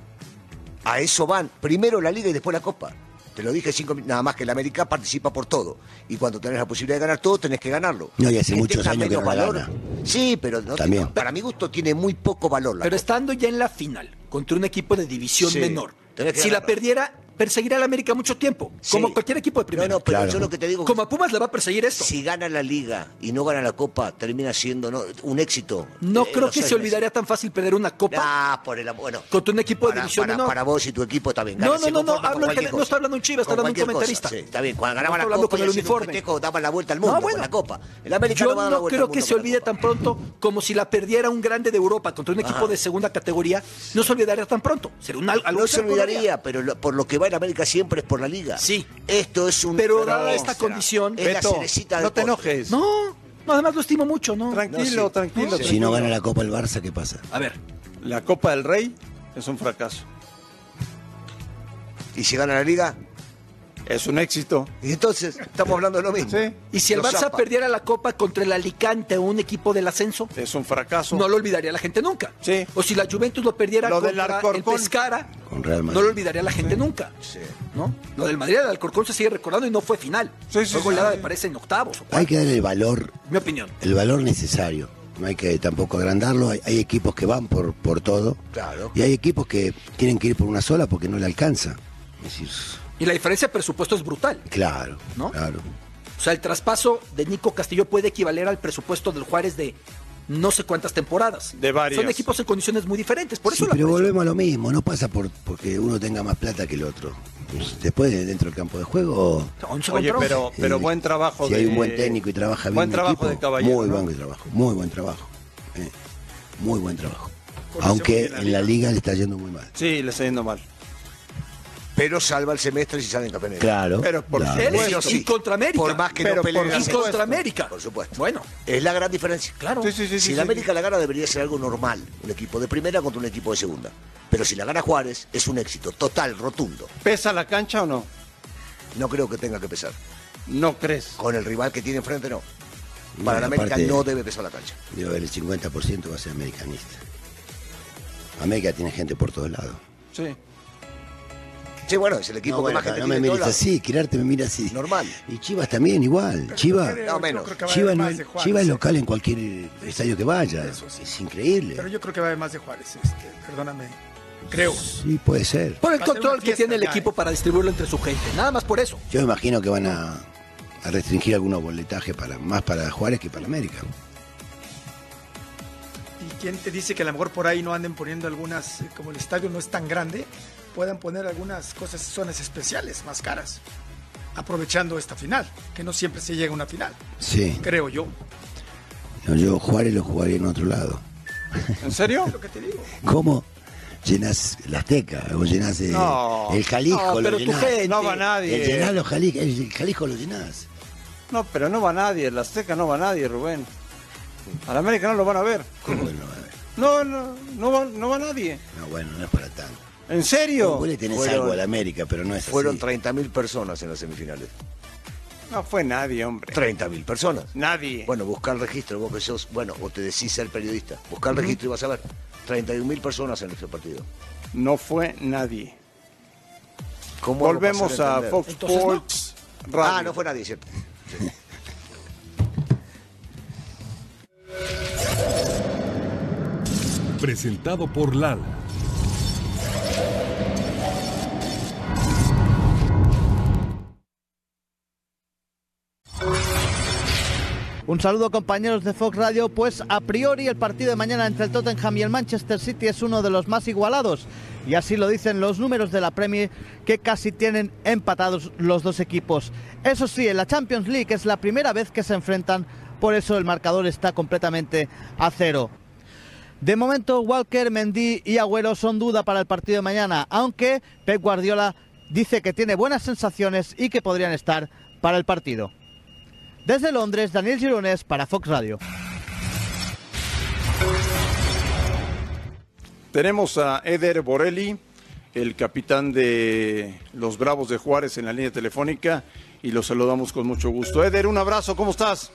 A eso van. Primero la Liga y después la Copa. Te lo dije cinco min- Nada más que la América participa por todo. Y cuando tenés la posibilidad de ganar todo, tenés que ganarlo. No, y hace Que muchos tenga años que menos no la valor. gana. Sí, pero no También. tiene- para mi gusto tiene muy poco valor la Pero estando ya en la final contra un equipo de división Sí, menor, tenés que si la ganarla. perdiera, perseguirá a la América mucho tiempo, como cualquier equipo de primera. No, no, pero yo lo que te digo. Como a Pumas le va a perseguir esto. Si gana la liga y no gana la copa, termina siendo ¿no? un éxito. No Eh, creo los que seis se olvidaría tan fácil perder una copa. Ah, por el amor. Bueno, contra un equipo de para, división para- menor. para vos y tu equipo también. No, Gana, no, se no, no, conforma con hablo en cualquier general, no cosa. estoy hablando un chiva, estoy Con hablando de un cualquier comentarista. cosa, sí, está bien, cuando No ganaba estoy la hablando copa, con y el hacían un uniforme. festejo, daban la vuelta al mundo No, con bueno. la copa. El América Yo no va a dar la no vuelta creo al que mundo se con la olvide tan pronto como si la perdiera un grande de Europa contra un equipo de segunda categoría. No se olvidaría tan pronto. Sería un al- algo No que se recordaría. olvidaría, pero lo- por lo que va en América siempre es por la liga. Sí. Esto es un. Pero dada esta condición, Es la cerecita del postre. No, no, además lo estimo mucho, ¿no? Tranquilo, tranquilo, Si no gana la Copa el Barça, ¿qué pasa? A ver. la Copa del Rey es un fracaso. ¿Y si gana la liga? Es un éxito. Y entonces, estamos hablando de lo mismo. Y si el Lo Barça zapa. perdiera la copa contra el Alicante o un equipo del ascenso, es un fracaso. No lo olvidaría la gente nunca. O si la Juventus lo perdiera Lo del contra el Alcorcón. Pescara, Con Real no Madrid. lo olvidaría la gente nunca. ¿No? Lo del Madrid al Alcorcón se sigue recordando y no fue final. fue goleada, me parece, en octavos. Hay que dar el valor Mi opinión. el valor necesario. No hay que tampoco agrandarlo. Hay, hay equipos que van por, por todo. Claro. Y hay equipos que tienen que ir por una sola porque no le alcanza. Y la diferencia de presupuesto es brutal. Claro. ¿No? Claro. O sea, el traspaso de Nico Castillo puede equivaler al presupuesto del Juárez de no sé cuántas temporadas. De varias. Son equipos en condiciones muy diferentes. Por eso Sí, la- pero volvemos a lo mismo. No pasa por porque uno tenga más plata que el otro. Pues, Después, dentro del campo de juego. Once Oye, contra pero, once. pero buen trabajo. Si hay de- un buen técnico y trabaja bien. Buen un trabajo equipo, de caballero. Muy ¿no? buen trabajo, muy buen trabajo. eh, muy buen trabajo. Aunque en la liga le está yendo muy mal. Sí, le está yendo mal. Pero salva el semestre si salen campeones. Claro. Pero por claro. Él Bueno, y sí. contra América. Por más que Pero no peleen por- la Y serie. contra América. Por supuesto. Bueno. Es la gran diferencia. Claro. Sí, sí, sí, si sí, la sí. América la gana debería ser algo normal. Un equipo de primera contra un equipo de segunda. Pero si la gana Juárez, es un éxito total, rotundo. ¿Pesa la cancha o no? No creo que tenga que pesar. ¿No crees? Con el rival que tiene enfrente, no. Para Bueno, la América aparte- no debe pesar la cancha. Digo, el 50% va a ser americanista. América tiene gente por todos lados. Sí. Sí, bueno, es el no, equipo que bueno, más gente no tiene. me en mires todo lado. así, Quirarte me mira así. Normal. Y Chivas también igual. Chivas, No, menos. Chivas, no- más de Juárez, Chivas es sí. local en cualquier estadio que vaya. Es increíble. Pero yo creo que va a haber más de Juárez, este, perdóname. Creo. Sí, puede ser. Por el Va a ser una control que fiesta tiene el ya, eh. equipo para distribuirlo entre su gente. Nada más por eso. Yo me imagino que van a, a restringir algunos boletajes para, más para Juárez que para América. ¿Y quién te dice que a lo mejor por ahí no anden poniendo algunas, eh, como el estadio no es tan grande, puedan poner algunas cosas, zonas especiales más caras? Aprovechando esta final, que no siempre se llega a una final, Sí. creo yo. No, yo Juárez lo jugaría en otro lado. ¿En serio? ¿Cómo llenas la Azteca? ¿O llenas eh, No. el Jalisco? No, lo pero tu llenás. gente. No va nadie. Eh, llenás los Jali- el Jalisco lo llenás. No, pero no va nadie. El Azteca no va nadie, Rubén. Al América no lo van a ver. no No, no, va, no va nadie. No, bueno, no es para tanto. ¿En serio? Vos le tenés Fueron- algo a la América, pero no es así. Fueron 30.000 personas en las semifinales. No fue nadie, hombre. 30.000 personas. Nadie. Bueno, buscar el registro, vos que sos, bueno, o te decís ser periodista. Buscar el registro y vas a ver 31.000 personas en este partido. No fue nadie. ¿Cómo hago Volvemos para a, hacer Fox entender? Sports Radio. Ah, no fue nadie, cierto. Presentado por LAL. Un saludo compañeros de Fox Radio, pues a priori el partido de mañana entre el Tottenham y el Manchester City es uno de los más igualados y así lo dicen los números de la Premier que casi tienen empatados los dos equipos. Eso sí, en la Champions League es la primera vez que se enfrentan, por eso el marcador está completamente a cero. De momento, Walker, Mendy y Agüero son duda para el partido de mañana, aunque Pep Guardiola dice que tiene buenas sensaciones y que podrían estar para el partido. Desde Londres, Daniel Girones para Fox Radio. Tenemos a Eder Borelli, el capitán de Eh, los Bravos de Juárez en la línea telefónica y lo saludamos con mucho gusto. Eder, un abrazo, ¿cómo estás?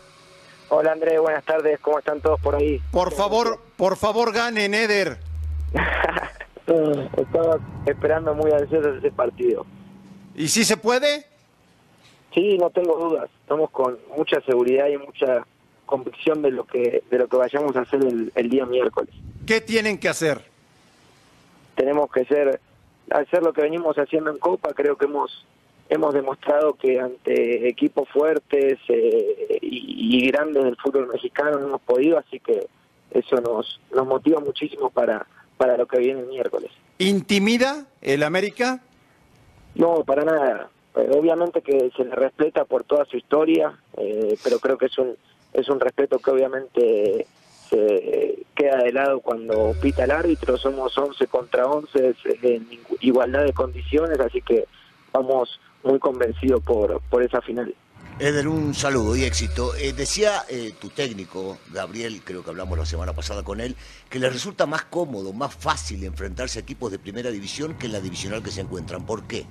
Hola André, buenas tardes, ¿cómo están todos por ahí? Por favor, por favor ganen, Eder. Estaba esperando muy ansioso ese partido. ¿Y si se puede? Sí, no tengo dudas. Estamos con mucha seguridad y mucha convicción de lo que de lo que vayamos a hacer el, el día miércoles. ¿Qué tienen que hacer? Tenemos que ser hacer lo que venimos haciendo en Copa. Creo que hemos hemos demostrado que ante equipos fuertes eh, y, y, grandes del fútbol mexicano no hemos podido, así que eso nos nos motiva muchísimo para para lo que viene el miércoles. ¿Intimida el América? No, para nada. Eh, obviamente que se le respeta por toda su historia, eh, pero creo que es un es un respeto que obviamente se queda de lado cuando pita el árbitro. Somos 11 contra 11 en igualdad de condiciones, así que vamos muy convencidos por, por esa final. Eder, un saludo y éxito. Eh, decía eh, tu técnico, Gabriel, creo que hablamos la semana pasada con él, que les resulta más cómodo, más fácil enfrentarse a equipos de primera división que en la divisional que se encuentran. ¿Por qué?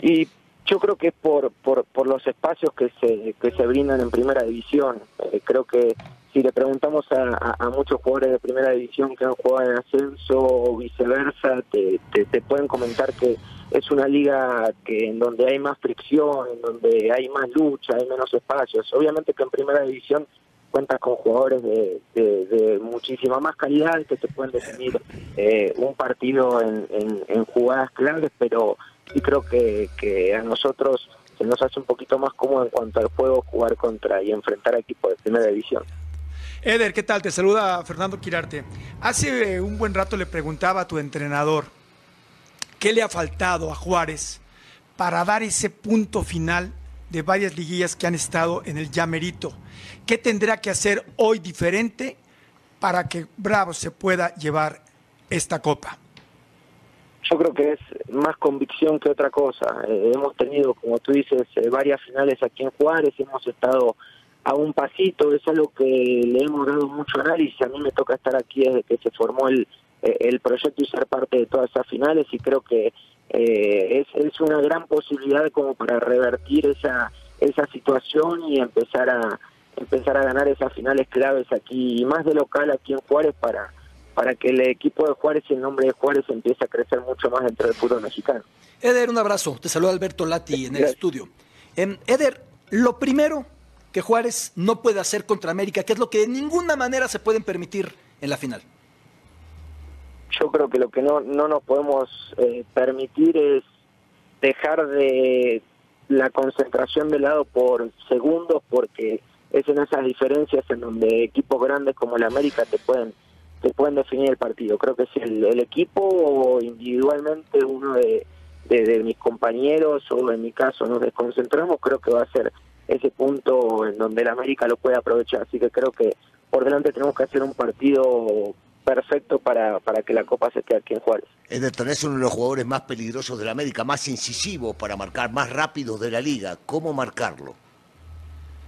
Y yo creo que es por, por, por los espacios que se, que se brindan en primera división. Eh, creo que si le preguntamos a, a, a, muchos jugadores de primera división que han jugado en ascenso o viceversa, te, te, te, pueden comentar que es una liga que en donde hay más fricción, en donde hay más lucha, hay menos espacios. Obviamente que en primera división cuentas con jugadores de, de, de muchísima más calidad que te pueden definir eh, un partido en, en, en, jugadas claves, pero sí creo que, que a nosotros se nos hace un poquito más cómodo en cuanto al juego jugar contra y enfrentar a equipos de primera división. Eder, ¿qué tal? Te saluda Fernando Quirarte. Hace eh, un buen rato le preguntaba a tu entrenador qué le ha faltado a Juárez para dar ese punto final de varias liguillas que han estado en el llamerito. ¿Qué tendrá que hacer hoy diferente para que Bravo se pueda llevar esta copa? Yo creo que es más convicción que otra cosa. Eh, hemos tenido, como tú dices, eh, varias finales aquí en Juárez, hemos estado a un pasito, es algo que le hemos dado mucho análisis, a mí me toca estar aquí desde que se formó el, eh, el proyecto y ser parte de todas esas finales y creo que eh, es, es una gran posibilidad como para revertir esa, esa situación y empezar a empezar a ganar esas finales claves aquí y más de local aquí en Juárez para para que el equipo de Juárez y el nombre de Juárez empiece a crecer mucho más dentro del fútbol mexicano. Eder, un abrazo. Te saluda Alberto Lati en el Gracias. estudio. Eh, Eder, lo primero que Juárez no puede hacer contra América, que es lo que de ninguna manera se pueden permitir en la final? Yo creo que lo que no, no nos podemos eh, permitir es dejar de la concentración de lado por segundos, porque es en esas diferencias en donde equipos grandes como el América te pueden te pueden definir el partido. Creo que es el, el equipo o individualmente uno de, de, de mis compañeros o en mi caso nos desconcentramos, creo que va a ser ese punto en donde el América lo puede aprovechar. Así que creo que por delante tenemos que hacer un partido perfecto para, para que la Copa se quede aquí en Juárez. Ederton es uno de los jugadores más peligrosos de la América, más incisivos para marcar, más rápidos de la liga. ¿Cómo marcarlo?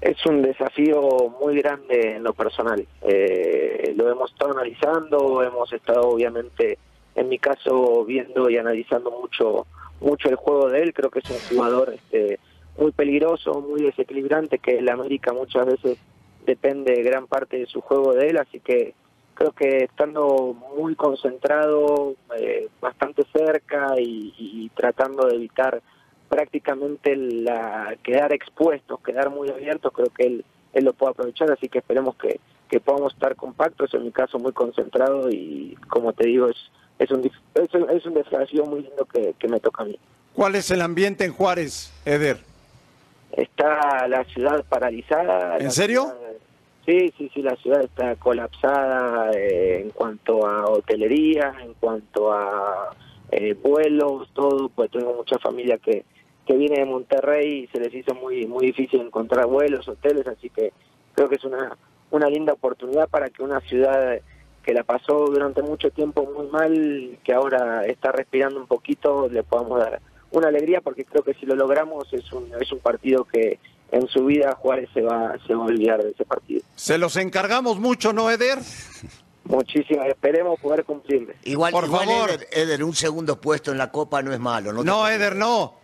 Es un desafío muy grande en lo personal. Eh, lo hemos estado analizando, hemos estado obviamente, en mi caso, viendo y analizando mucho mucho el juego de él. Creo que es un jugador... Este, muy peligroso, muy desequilibrante, que el América muchas veces depende gran parte de su juego de él, así que creo que estando muy concentrado, eh, bastante cerca y, y, tratando de evitar prácticamente la, quedar expuestos, quedar muy abiertos, creo que él, él lo puede aprovechar, así que esperemos que, que podamos estar compactos, en mi caso muy concentrado y como te digo, es, es un, es, un, es un desafío muy lindo que, que me toca a mí. ¿Cuál es el ambiente en Juárez, Eder? Está la ciudad paralizada. ¿En la serio? ciudad- sí, sí, sí, la ciudad está colapsada eh, en cuanto a hotelería, en cuanto a eh, vuelos, todo. Pues tengo mucha familia que, que viene de Monterrey y se les hizo muy, muy difícil encontrar vuelos, hoteles, así que creo que es una, una linda oportunidad para que una ciudad que la pasó durante mucho tiempo muy mal, que ahora está respirando un poquito, le podamos dar una alegría porque creo que si lo logramos es un, es un partido que en su vida Juárez se va, se va a olvidar de ese partido. Se los encargamos mucho, ¿no, Eder? Muchísimas, esperemos poder cumplirle. Igual, Por igual, favor. Eder, Eder, un segundo puesto en la Copa no es malo. No, No, Eder, no.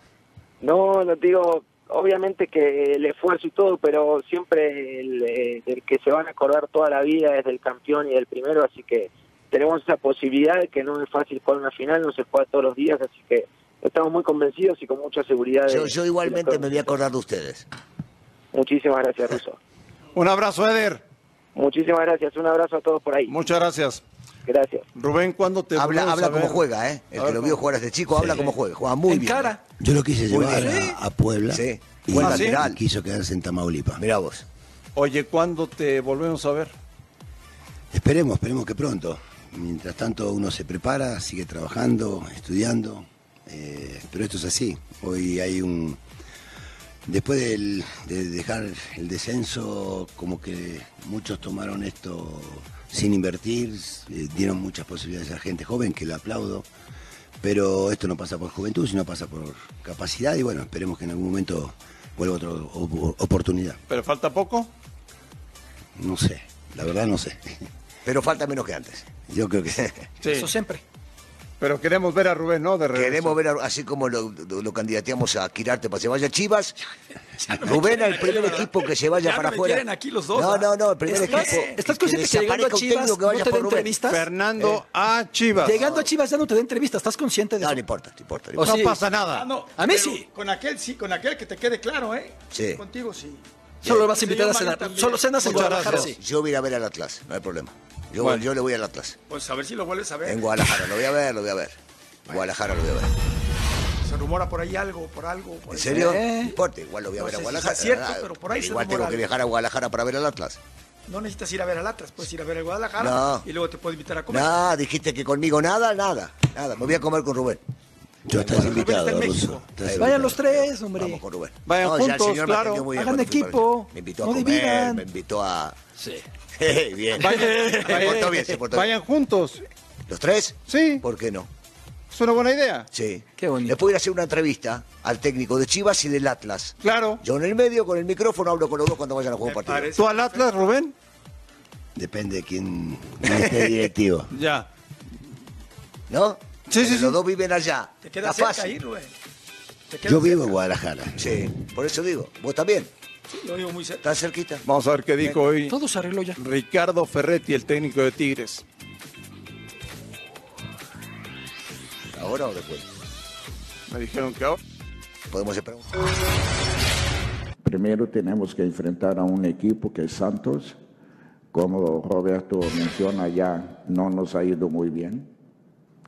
No, no digo, obviamente que el esfuerzo y todo, pero siempre el, eh, del que se van a acordar toda la vida es del campeón y del primero, así que tenemos esa posibilidad que no es fácil jugar una final, no se juega todos los días, así que estamos muy convencidos y con mucha seguridad. de- Yo, yo igualmente me voy a acordar de ustedes. Muchísimas gracias, Russo. Un abrazo, Eder. Muchísimas gracias, un abrazo a todos por ahí. Muchas gracias. Gracias. Rubén, ¿cuándo te Habla, volvemos habla a ver? como juega, ¿eh? El A ver que lo cómo- vio jugar a este chico habla Sí. como juega. Juega muy En bien. cara. Yo lo quise Muy llevar bien. a, a Puebla. Sí. Y Buen y lateral. quiso quedarse en Tamaulipas. Mirá vos. Oye, ¿cuándo te volvemos a ver? Esperemos, esperemos que pronto. Mientras tanto uno se prepara, sigue trabajando, estudiando. eh, pero esto es así. Hoy hay un... Después del- de dejar el descenso, como que muchos tomaron esto sin invertir, eh, dieron muchas posibilidades a gente joven, que lo aplaudo. Pero esto no pasa por juventud, sino pasa por capacidad y bueno, esperemos que en algún momento vuelva otra op- oportunidad. ¿Pero falta poco? No sé, la verdad no sé. Pero falta menos que antes. Yo (laughs) creo que sí. Eso siempre. Pero queremos ver a Rubén, ¿no? De regreso. Queremos ver, a- así como lo, lo- lo candidateamos a Quirarte para que se vaya (laughs) a Chivas. Rubén al primer equipo que se vaya Ya para no me afuera. quieren aquí los dos, No, ¿ah? no, no, el primer ¿Estás- equipo. estás consciente que llegando desaparezca a un Chivas técnico que vaya no te por den Rubén. entrevistas? Fernando Eh, a Chivas. Llegando a Chivas ya no te da entrevista, ¿estás consciente de eso? No, importa, no importa. no pasa nada. Ah, no, a mí pero sí. Con aquel sí, con aquel que te quede claro, ¿eh? Sí. Contigo sí. Solo lo vas a Sí, invitar a Mario cenar. también. Solo cenas en Muchas Guadalajara, gracias. sí. Yo voy a ir a ver al Atlas, no hay problema. Yo, Bueno. yo le voy al Atlas. Pues a ver si lo vuelves a ver. En Guadalajara, lo voy a ver, lo voy a ver. Guadalajara lo voy a ver. Se rumora por ahí algo, por algo. por ¿En ahí. serio? Eh, No importa, igual lo voy a No ver sé a si Guadalajara. sea cierto, Ah, pero por ahí se Igual tengo rumora que algo. viajar a Guadalajara para ver al Atlas. No necesitas ir a ver al Atlas, puedes ir a ver al Guadalajara No. y luego te puedo invitar a comer. No, dijiste que conmigo nada, nada, nada. Me voy a comer con Rubén. Yo estás invitado, Russo. Estás Vayan los tres, hombre. Vamos con Rubén. Vayan ya el juntos, señor me claro. atendió muy bien Hagan cuando fui equipo, para allá. Me invitó a no comer, dividan. me invitó a... Sí. (laughs) bien. se portó bien, se portó bien. Vayan juntos. ¿Los tres? Sí. ¿Por qué no? Es una buena idea. Sí. Qué bonito. Le pudiera hacer una entrevista al técnico de Chivas y del Atlas. Claro. Yo en el medio, con el micrófono, hablo con los dos cuando vayan a jugar un partido. ¿Tú al Atlas, Rubén? Depende de quién quién esté directivo. Ya. ¿No? Sí, sí, Los dos viven allá. Te queda Está cerca fácil. ahí, Rubén. Te queda Yo vivo en Guadalajara. Sí, por eso digo. ¿Vos también? Sí, yo vivo muy cerca. ¿Estás cerquita? Vamos a ver qué dijo hoy Todo se arregló ya. Ricardo Ferretti, el técnico de Tigres. ¿Ahora o después? Me dijeron que oh, ahora. Podemos esperar. un- Primero tenemos que enfrentar a un equipo que es Santos. Como Roberto menciona, ya no nos ha ido muy bien.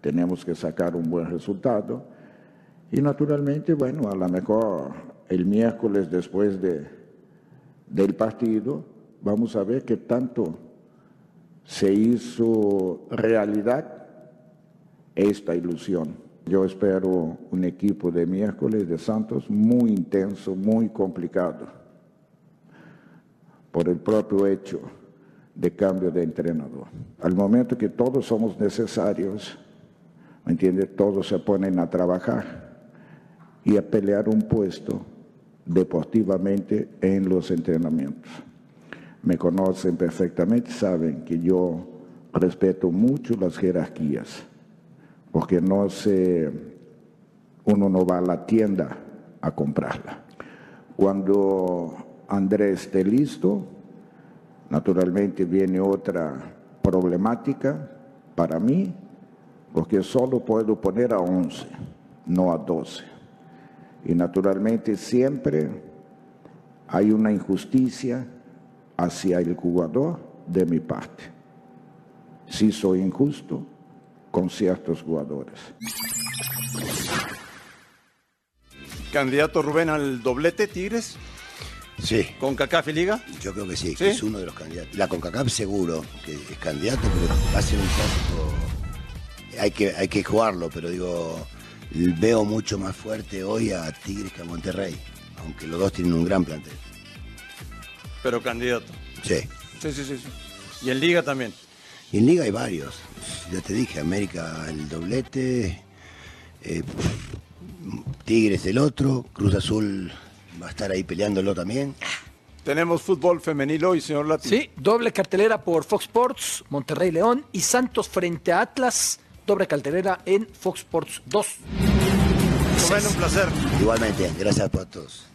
Tenemos que sacar un buen resultado. Y naturalmente, bueno, a lo mejor el miércoles después de, del partido vamos a ver qué tanto se hizo realidad esta ilusión. Yo espero un equipo de miércoles de Santos muy intenso, muy complicado, por el propio hecho de cambio de entrenador. Al momento que todos somos necesarios, ¿me entiende? Todos se ponen a trabajar y a pelear un puesto deportivamente en los entrenamientos. Me conocen perfectamente, saben que yo respeto mucho las jerarquías porque no se, uno no va a la tienda a comprarla. Cuando Andrés esté listo, naturalmente viene otra problemática para mí, porque solo puedo poner a 11, no a 12. Y naturalmente siempre hay una injusticia hacia el jugador de mi parte. Si soy injusto, con ciertos jugadores. candidato Rubén al doblete Tigres? Sí. ¿CONCACAF y Liga? Yo creo que sí, que es uno de los candidatos. La CONCACAF seguro que es candidato, pero va a ser un clásico. Hay que, hay que jugarlo, pero digo, veo mucho más fuerte hoy a Tigres que a Monterrey, aunque los dos tienen un gran plantel. Pero candidato. Sí. Sí, sí, sí. sí. Y en Liga también. Y en Liga hay varios. Ya te dije, América el doblete, eh, Tigres el otro, Cruz Azul va a estar ahí peleándolo también. Tenemos fútbol femenil hoy, señor Lati. Sí, doble cartelera por Fox Sports, Monterrey León y Santos frente a Atlas, doble cartelera en Fox Sports 2. Rubén, un placer. Igualmente, gracias por todos.